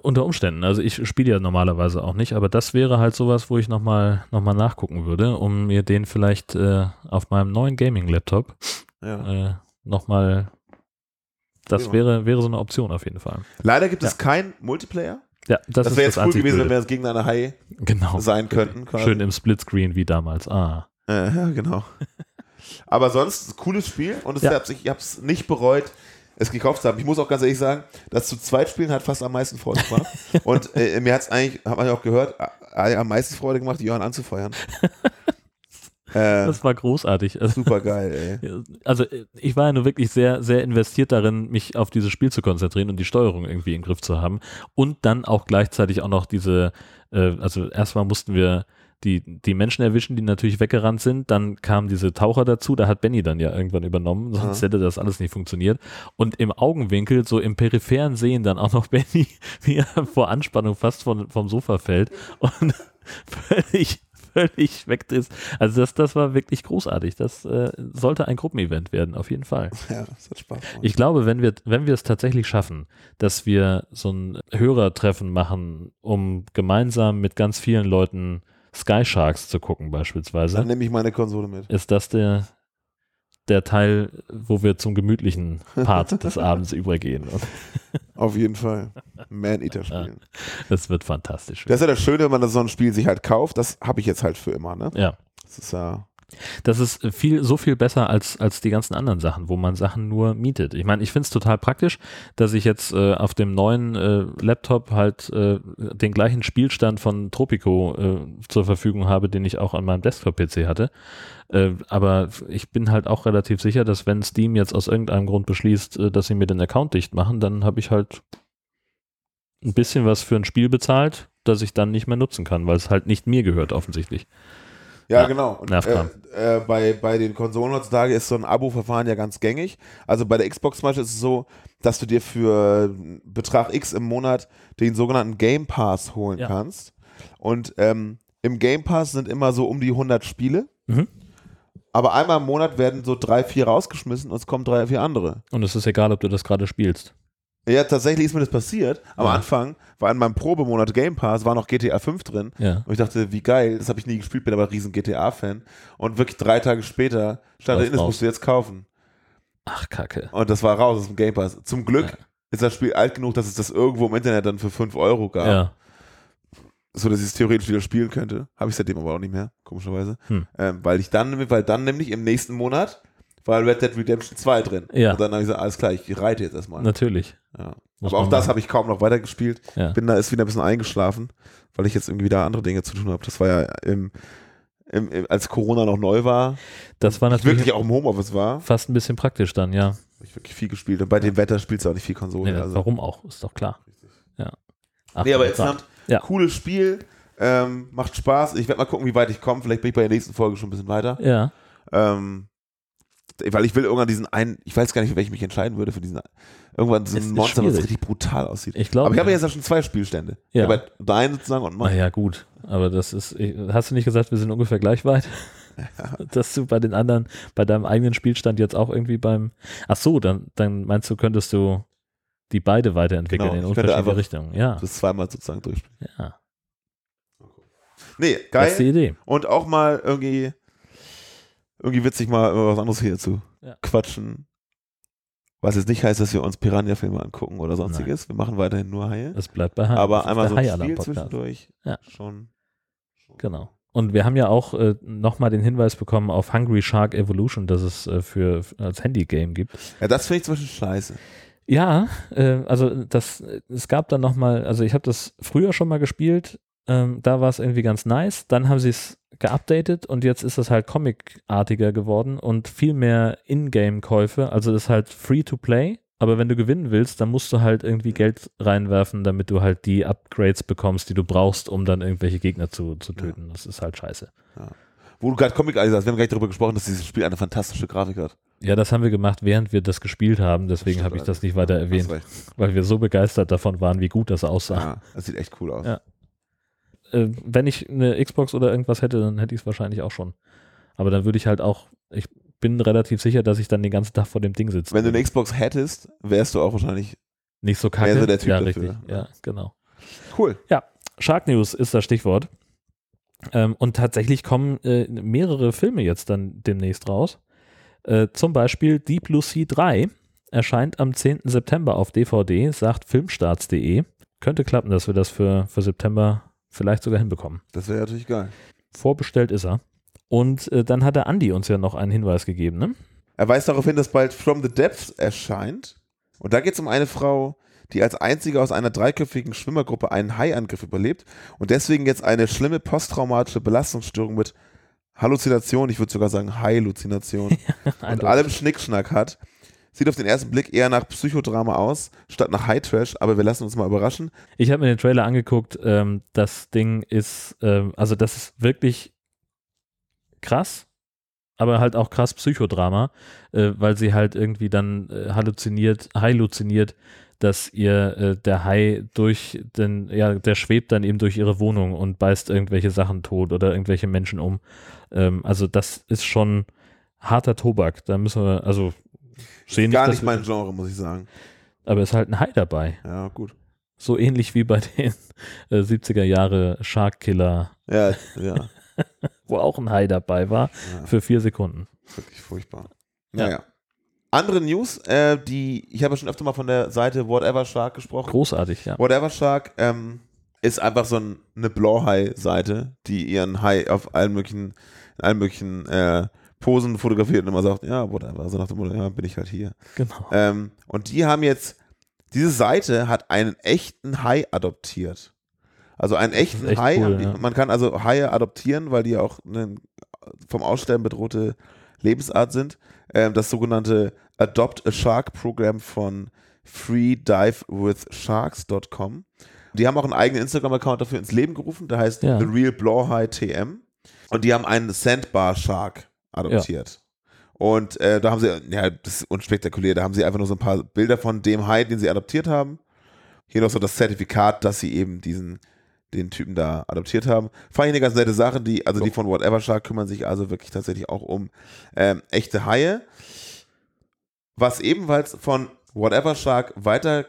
Speaker 1: Unter Umständen. Also ich spiele ja normalerweise auch nicht, aber das wäre halt sowas, wo ich nochmal noch mal nachgucken würde, um mir den vielleicht äh, auf meinem neuen Gaming-Laptop
Speaker 2: Ja.
Speaker 1: äh, nochmal. Das
Speaker 2: Ja.
Speaker 1: wäre, wäre so eine Option auf jeden Fall.
Speaker 2: Leider gibt
Speaker 1: Ja.
Speaker 2: es kein Multiplayer.
Speaker 1: Ja, das,
Speaker 2: Das,
Speaker 1: ist
Speaker 2: wäre jetzt
Speaker 1: das
Speaker 2: cool
Speaker 1: einzig
Speaker 2: gewesen, wenn
Speaker 1: Blöde.
Speaker 2: wir das gegen eine Hai
Speaker 1: Genau.
Speaker 2: sein könnten. quasi.
Speaker 1: Schön im Splitscreen wie damals. Ah.
Speaker 2: Äh, ja,
Speaker 1: (laughs)
Speaker 2: genau. Aber sonst, cooles Spiel und es
Speaker 1: Ja.
Speaker 2: hat sich- ich habe es nicht bereut, es gekauft zu haben. Ich muss auch ganz ehrlich sagen, das zu zweit spielen hat fast am meisten Freude
Speaker 1: (laughs)
Speaker 2: gemacht. und äh, mir hat es eigentlich, hat man ja auch gehört, äh, am meisten Freude gemacht,
Speaker 1: (laughs)
Speaker 2: Jörn anzufeuern. äh,
Speaker 1: Das war großartig. Also,
Speaker 2: super geil,
Speaker 1: (laughs)
Speaker 2: ey.
Speaker 1: also ich war ja nur wirklich sehr, sehr investiert darin, mich auf dieses Spiel zu konzentrieren und die Steuerung irgendwie im Griff zu haben. Und dann auch gleichzeitig auch noch diese, äh, also erstmal mussten wir die, die Menschen erwischen, die natürlich weggerannt sind. Dann kamen diese Taucher dazu. Da hat Benny dann ja irgendwann übernommen, sonst hätte das alles nicht funktioniert. Und im Augenwinkel, so im peripheren Sehen, dann auch noch (laughs) Benny, wie er vor Anspannung fast von, vom Sofa fällt und (laughs) völlig, völlig weg ist. Also das, das war wirklich großartig. Das äh, sollte ein Gruppenevent werden, auf jeden Fall.
Speaker 2: Ja, es hat Spaß gemacht.
Speaker 1: Ich glaube, wenn wir, wenn wir es tatsächlich schaffen, dass wir so ein Hörertreffen machen, um gemeinsam mit ganz vielen Leuten Sky Sharks zu gucken,
Speaker 2: Dann
Speaker 1: beispielsweise,
Speaker 2: nehme ich meine Konsole mit.
Speaker 1: ist das der, der Teil, wo wir zum gemütlichen Part des Abends übergehen. Und
Speaker 2: Auf jeden Fall. Man-Eater spielen.
Speaker 1: das wird fantastisch.
Speaker 2: Das ist ja das Schöne, wenn man so ein Spiel sich halt kauft. Das habe ich jetzt halt für immer, ne?
Speaker 1: ja,
Speaker 2: Das ist ja
Speaker 1: Das ist viel, so viel besser als, als die ganzen anderen Sachen, wo man Sachen nur mietet. Ich meine, ich finde es total praktisch, dass ich jetzt äh, auf dem neuen äh, Laptop halt äh, den gleichen Spielstand von Tropico äh, zur Verfügung habe, den ich auch an meinem Desktop-PC hatte. Äh, aber ich bin halt auch relativ sicher, dass wenn Steam jetzt aus irgendeinem Grund beschließt, äh, dass sie mir den Account dicht machen, dann habe ich halt ein bisschen was für ein Spiel bezahlt, das ich dann nicht mehr nutzen kann, weil es halt nicht mir gehört offensichtlich.
Speaker 2: Ja,
Speaker 1: Ja,
Speaker 2: genau. Und,
Speaker 1: Nervkram.
Speaker 2: äh, äh, bei, bei den Konsolen heutzutage ist so ein Abo-Verfahren ja ganz gängig. Also bei der Xbox zum Beispiel ist es so, dass du dir für äh, Betrag X im Monat den sogenannten Game Pass holen
Speaker 1: Ja.
Speaker 2: kannst. Und ähm, im Game Pass sind immer so um die 100 Spiele.
Speaker 1: Mhm.
Speaker 2: Aber einmal im Monat werden so drei, vier rausgeschmissen und es kommen drei, vier andere.
Speaker 1: Und es ist egal, ob du das gerade spielst.
Speaker 2: Ja, tatsächlich ist mir das passiert. Am
Speaker 1: Ja.
Speaker 2: Anfang war in meinem Probemonat Game Pass, war noch GTA 5 drin.
Speaker 1: Ja.
Speaker 2: Und ich dachte, wie geil, das habe ich nie gespielt, bin aber ein riesen GTA-Fan. Und wirklich drei Tage später stand
Speaker 1: War's
Speaker 2: da, das
Speaker 1: raus.
Speaker 2: musst du jetzt kaufen.
Speaker 1: Ach, Kacke.
Speaker 2: Und das war raus aus dem Game Pass. Zum Glück
Speaker 1: Ja.
Speaker 2: ist das Spiel alt genug, dass es das irgendwo im Internet dann für 5 Euro gab.
Speaker 1: Ja.
Speaker 2: So dass ich es theoretisch wieder spielen könnte. Habe ich seitdem aber auch nicht mehr, komischerweise.
Speaker 1: Hm.
Speaker 2: Ähm, weil ich dann, weil dann nämlich im nächsten Monat war Red Dead Redemption 2 drin.
Speaker 1: Ja.
Speaker 2: Und dann habe ich gesagt, alles klar, ich reite jetzt erstmal.
Speaker 1: Natürlich.
Speaker 2: Ja.
Speaker 1: Muss
Speaker 2: Aber auch
Speaker 1: man
Speaker 2: das
Speaker 1: machen.
Speaker 2: habe ich kaum noch weitergespielt.
Speaker 1: Ja.
Speaker 2: Bin da ist wieder ein bisschen eingeschlafen, weil ich jetzt irgendwie wieder andere Dinge zu tun habe. Das war ja im, im, im, als Corona noch neu war,
Speaker 1: Das war
Speaker 2: ich wirklich
Speaker 1: natürlich
Speaker 2: auch im Homeoffice war,
Speaker 1: fast ein bisschen praktisch dann, ja.
Speaker 2: hab ich wirklich viel gespielt. Und bei dem Wetter spielst du auch nicht viel Konsole.
Speaker 1: Nee,
Speaker 2: also.
Speaker 1: Warum auch, ist doch klar. Ja. Ach,
Speaker 2: Nee, aber
Speaker 1: Gott.
Speaker 2: insgesamt,
Speaker 1: Ja.
Speaker 2: cooles Spiel, ähm, macht Spaß. Ich werde mal gucken, wie weit ich komme. Vielleicht bin ich bei der nächsten Folge schon ein bisschen weiter.
Speaker 1: Ja,
Speaker 2: Ähm, weil ich will irgendwann diesen einen, ich weiß gar nicht, für welchen ich mich entscheiden würde, für diesen irgendwann so
Speaker 1: Es
Speaker 2: ein
Speaker 1: ist
Speaker 2: Monster, was
Speaker 1: schwierig.
Speaker 2: richtig brutal aussieht.
Speaker 1: Ich glaube,
Speaker 2: Aber ich habe
Speaker 1: ja.
Speaker 2: ja jetzt schon zwei Spielstände.
Speaker 1: Ja. Ah,
Speaker 2: Ich habe halt deinen sozusagen und meinen.
Speaker 1: naja, gut. Aber das ist, ich- hast du nicht gesagt, wir sind ungefähr gleich
Speaker 2: (laughs)
Speaker 1: weit? (laughs) Dass du bei den anderen, bei deinem eigenen Spielstand jetzt auch irgendwie beim. Ach so, dann, dann meinst du, könntest du die beide weiterentwickeln
Speaker 2: Genau,
Speaker 1: in
Speaker 2: ich könnte
Speaker 1: unterschiedliche
Speaker 2: einfach-
Speaker 1: Richtungen. Ja,
Speaker 2: bis zweimal sozusagen durchspielen.
Speaker 1: ja.
Speaker 2: Nee,
Speaker 1: Das ist die
Speaker 2: geil.
Speaker 1: Idee.
Speaker 2: Und auch mal irgendwie, irgendwie witzig mal über was anderes hier zu
Speaker 1: Ja.
Speaker 2: quatschen. Was jetzt nicht heißt, dass wir uns Piranha-Filme angucken oder sonstiges. Wir machen weiterhin nur Haie.
Speaker 1: Es bleibt bei High.
Speaker 2: Aber
Speaker 1: Das ist
Speaker 2: einmal
Speaker 1: der
Speaker 2: so
Speaker 1: High
Speaker 2: ein
Speaker 1: Alarm
Speaker 2: Spiel
Speaker 1: Podcast.
Speaker 2: zwischendurch.
Speaker 1: Ja.
Speaker 2: Schon.
Speaker 1: Genau. Und wir haben ja auch äh, nochmal den Hinweis bekommen auf Hungry Shark Evolution, dass es äh, für als Handy-Game gibt.
Speaker 2: Ja, das finde ich zum Beispiel scheiße.
Speaker 1: Ja, äh, also das, es gab dann nochmal, also ich habe das früher schon mal gespielt, ähm, da war es irgendwie ganz nice, dann haben sie es geupdatet und jetzt ist das halt comicartiger geworden und viel mehr Ingame-Käufe, also das ist halt free to play, aber wenn du gewinnen willst, dann musst du halt irgendwie Geld reinwerfen, damit du halt die Upgrades bekommst, die du brauchst, um dann irgendwelche Gegner zu, zu töten. Das ist halt scheiße.
Speaker 2: Wo du gerade Comic alles sagst, wir haben gleich darüber gesprochen, dass dieses Spiel eine fantastische Grafik hat.
Speaker 1: Ja, das haben wir gemacht, während wir das gespielt haben, deswegen habe ich das nicht weiter erwähnt,
Speaker 2: Hast recht.
Speaker 1: weil wir so begeistert davon waren, wie gut das aussah.
Speaker 2: Ja, das sieht echt cool aus.
Speaker 1: Ja. äh, wenn ich eine Xbox oder irgendwas hätte, dann hätte ich es wahrscheinlich auch schon. Aber dann würde ich halt auch, ich bin relativ sicher, dass ich dann den ganzen Tag vor dem Ding sitze.
Speaker 2: Wenn du eine Xbox hättest, wärst du auch wahrscheinlich
Speaker 1: nicht so kacke.
Speaker 2: Wär so der Typ
Speaker 1: ja,
Speaker 2: dafür,
Speaker 1: richtig.
Speaker 2: ja.
Speaker 1: Ja, genau.
Speaker 2: cool.
Speaker 1: Shark News ist das Stichwort. Ähm, und tatsächlich kommen äh, mehrere Filme jetzt dann demnächst raus. Äh, zum Beispiel Deep Blue Sea 3 erscheint am 10. September auf DVD, sagt filmstarts.de. Könnte klappen, dass wir das für, für September vielleicht sogar hinbekommen.
Speaker 2: Das wäre natürlich geil.
Speaker 1: Vorbestellt ist er. Und äh, dann hat der Andi uns ja noch einen Hinweis gegeben, ne? (laughs)
Speaker 2: Er weist darauf hin, dass bald From the Depths erscheint. Und da geht es um eine Frau, die als einzige aus einer dreiköpfigen Schwimmergruppe einen Haiangriff überlebt und deswegen jetzt eine schlimme posttraumatische Belastungsstörung mit Halluzination, ich würde sogar
Speaker 1: (laughs)
Speaker 2: sagen Halluzination, und
Speaker 1: Eindeutig.
Speaker 2: allem Schnickschnack hat. Sieht auf den ersten Blick eher nach Psychodrama aus, statt nach High Trash, aber wir lassen uns mal überraschen.
Speaker 1: Ich habe mir den Trailer angeguckt. Ähm, das Ding ist, ähm, also das ist wirklich krass, aber halt auch krass Psychodrama, äh, weil sie halt irgendwie dann äh, halluziniert, halluziniert, dass ihr äh, der Hai durch den, ja, der schwebt dann eben durch ihre Wohnung und beißt irgendwelche Sachen tot oder irgendwelche Menschen um. Ähm, also das ist schon harter Tobak. Da müssen wir, also sehen
Speaker 2: Gar
Speaker 1: dass
Speaker 2: nicht
Speaker 1: wir-
Speaker 2: mein Genre, muss ich sagen.
Speaker 1: aber es ist halt ein Hai dabei.
Speaker 2: Ja, gut.
Speaker 1: So ähnlich wie bei (laughs) den äh, 70er Jahre Shark Killer,
Speaker 2: Ja, ja.
Speaker 1: wo auch ein Hai dabei war,
Speaker 2: Ja.
Speaker 1: für vier Sekunden.
Speaker 2: Wirklich furchtbar.
Speaker 1: Ja.
Speaker 2: Naja. Andere News, äh, die ich habe ja schon öfter mal von der Seite Whatever Shark gesprochen.
Speaker 1: Großartig, ja.
Speaker 2: Whatever Shark ähm, ist einfach so ein, eine Blauhai-Seite, die ihren Hai auf allen möglichen in allen möglichen äh, Posen fotografiert und immer sagt, ja, whatever, also nach dem Motto, ja, bin ich halt hier.
Speaker 1: Genau.
Speaker 2: Ähm, und die haben jetzt, diese Seite hat einen echten Hai adoptiert. Also einen echten
Speaker 1: echt
Speaker 2: Hai.
Speaker 1: cool,
Speaker 2: haben die,
Speaker 1: ja.
Speaker 2: Man kann also Haie adoptieren, weil die ja auch eine vom Aussterben bedrohte Lebensart sind. Ähm, das sogenannte Adopt a Shark Programm von freedivewithsharks.com. Die haben auch einen eigenen Instagram-Account dafür ins Leben gerufen, der heißt
Speaker 1: Ja.
Speaker 2: The Real Blauhai TM. Und die haben einen Sandbar Shark adoptiert. Und äh, da haben sie, ja, das ist unspektakulär, da haben sie einfach nur so ein paar Bilder von dem Hai, den sie adoptiert haben. Hier noch so das Zertifikat, dass sie eben diesen, den Typen da adoptiert haben. Fand ich eine ganz nette Sache, die, also die von Whatever Shark kümmern sich also wirklich tatsächlich auch um ähm, echte Haie. Was ebenfalls von Whatever Shark weiter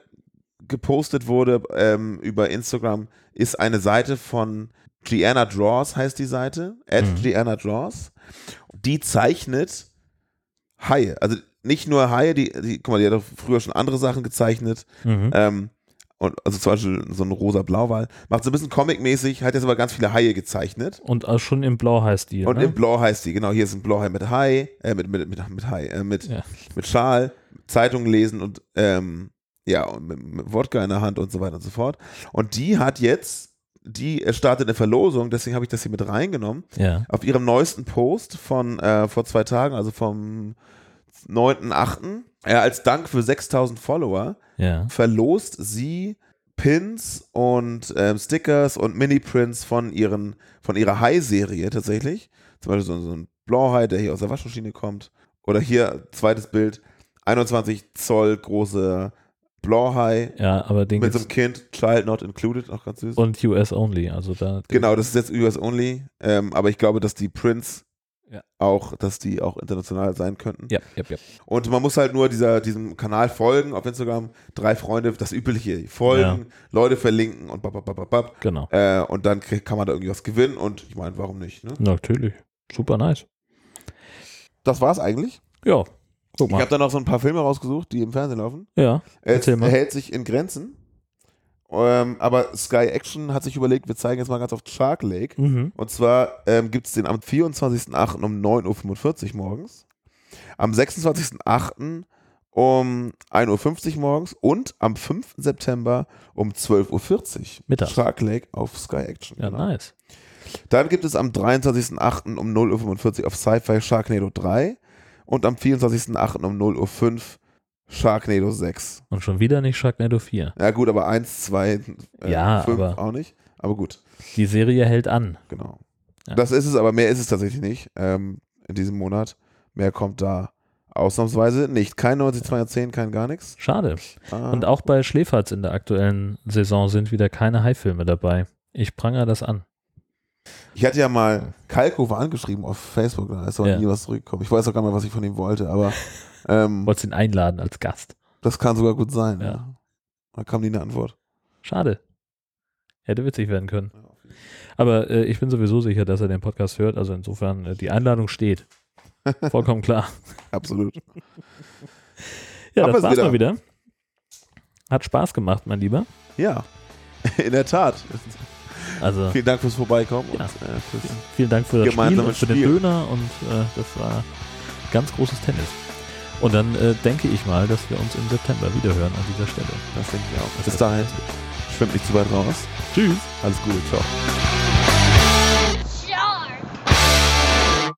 Speaker 2: gepostet wurde ähm, über Instagram, ist eine Seite von Gianna Draws, heißt die Seite, at Gianna Draws. Die zeichnet Haie. Also nicht nur Haie, die, die, guck mal, die hat doch früher schon andere Sachen gezeichnet.
Speaker 1: Mhm.
Speaker 2: Ähm, und, also zum Beispiel so ein rosa Blauwal. Macht so ein bisschen comic-mäßig, hat jetzt aber ganz viele Haie gezeichnet.
Speaker 1: Und auch schon im Blauhai-Stil.
Speaker 2: Und
Speaker 1: ne?
Speaker 2: im Blau heißt die, genau, hier ist ein Blauhai mit Hai, äh, mit, mit, mit, mit Hai, äh, mit,
Speaker 1: Ja.
Speaker 2: mit Schal, Zeitung lesen und ähm, ja, und mit, mit Wodka in der Hand und so weiter und so fort. Und die hat jetzt, die äh, startet eine Verlosung, deswegen habe ich das hier mit reingenommen.
Speaker 1: ja.
Speaker 2: Auf ihrem neuesten Post von äh, vor zwei Tagen, also vom 9.8., äh, als Dank für 6000 Follower,
Speaker 1: Ja.
Speaker 2: verlost sie Pins und ähm, Stickers und Mini-Prints von, ihren, von ihrer Hai-Serie tatsächlich. Zum Beispiel so, so ein Blauhai, der hier aus der Waschmaschine kommt. Oder hier, zweites Bild, 21 Zoll große Blauhai
Speaker 1: Ja, aber den
Speaker 2: mit so
Speaker 1: gibt's-
Speaker 2: einem Kind, Child Not Included, auch ganz süß.
Speaker 1: und US only, also da
Speaker 2: genau, das ist jetzt US Only, ähm, aber ich glaube, dass die Prints
Speaker 1: Ja.
Speaker 2: auch, dass die auch international sein könnten.
Speaker 1: Ja, ja, ja.
Speaker 2: Und man muss halt nur dieser, diesem Kanal folgen auf Instagram. Drei Freunde, das übliche. Folgen,
Speaker 1: Ja.
Speaker 2: Leute verlinken und bap, bap, bap, bap.
Speaker 1: Genau.
Speaker 2: Äh, und dann krieg, kann man da irgendwie was gewinnen. Und ich meine, warum nicht? Ne?
Speaker 1: Natürlich. Super nice.
Speaker 2: Das war's eigentlich.
Speaker 1: Ja. Guck
Speaker 2: Ich
Speaker 1: mal.
Speaker 2: habe dann noch so ein paar Filme rausgesucht, die im Fernsehen laufen.
Speaker 1: Ja.
Speaker 2: Es
Speaker 1: Erzähl mal.
Speaker 2: hält sich in Grenzen. Ähm, aber Sky Action hat sich überlegt, wir zeigen jetzt mal ganz oft Shark Lake.
Speaker 1: Mhm.
Speaker 2: Und zwar ähm, gibt es den am 24.08. um 9.45 Uhr morgens, am 26.08. um 1.50 Uhr morgens und am 5. September um 12.40 Uhr.
Speaker 1: Mittags.
Speaker 2: Shark Lake auf Sky Action.
Speaker 1: Ja,
Speaker 2: genau.
Speaker 1: nice.
Speaker 2: Dann gibt es am 23.08. um 0.45 Uhr auf Sci-Fi Sharknado 3 und am 24.08. um 0.05 Uhr Sharknado 6.
Speaker 1: Und schon wieder nicht Sharknado 4.
Speaker 2: Ja gut, aber 1, 2, äh,
Speaker 1: Ja,
Speaker 2: 5
Speaker 1: aber-
Speaker 2: auch nicht. Aber gut.
Speaker 1: Die Serie hält an.
Speaker 2: Genau.
Speaker 1: Ja.
Speaker 2: Das ist es, aber mehr ist es tatsächlich nicht ähm, in diesem Monat. Mehr kommt da ausnahmsweise nicht. Kein 90, 210, kein gar nichts.
Speaker 1: Schade.
Speaker 2: Ah,
Speaker 1: Und auch bei Schläferz in der aktuellen Saison sind wieder keine Hai-Filme dabei. Ich prangere das an.
Speaker 2: ich hatte ja mal Kalkofer angeschrieben auf Facebook, da ist aber
Speaker 1: Ja.
Speaker 2: nie was zurückgekommen. Ich weiß auch gar nicht mehr, was ich von ihm wollte,
Speaker 1: (laughs)
Speaker 2: aber ähm,
Speaker 1: Wolltest ihn einladen als Gast.
Speaker 2: das kann sogar gut sein.
Speaker 1: Ja.
Speaker 2: Ja. Da kam nie eine Antwort.
Speaker 1: Schade. Hätte witzig werden können. Aber äh, ich bin sowieso sicher, dass er den Podcast hört. Also insofern, äh, die Einladung
Speaker 2: (laughs)
Speaker 1: steht. Vollkommen klar.
Speaker 2: Absolut.
Speaker 1: Ja,
Speaker 2: Haben
Speaker 1: das
Speaker 2: wir's
Speaker 1: war's mal wieder. Hat Spaß gemacht, mein Lieber.
Speaker 2: Ja, (laughs) in der Tat.
Speaker 1: Also
Speaker 2: Vielen Dank fürs Vorbeikommen
Speaker 1: Ja.
Speaker 2: und äh, fürs
Speaker 1: vielen Dank für das Spiel
Speaker 2: Gemeinsames
Speaker 1: und für den
Speaker 2: Spiel.
Speaker 1: Döner und äh, das war ganz großes Tennis. Und dann äh, denke ich mal, dass wir uns im September wiederhören an dieser Stelle.
Speaker 2: Das denke ich auch. Bis dahin, schwimmt nicht zu weit raus.
Speaker 1: Tschüss.
Speaker 2: Alles Gute, ciao.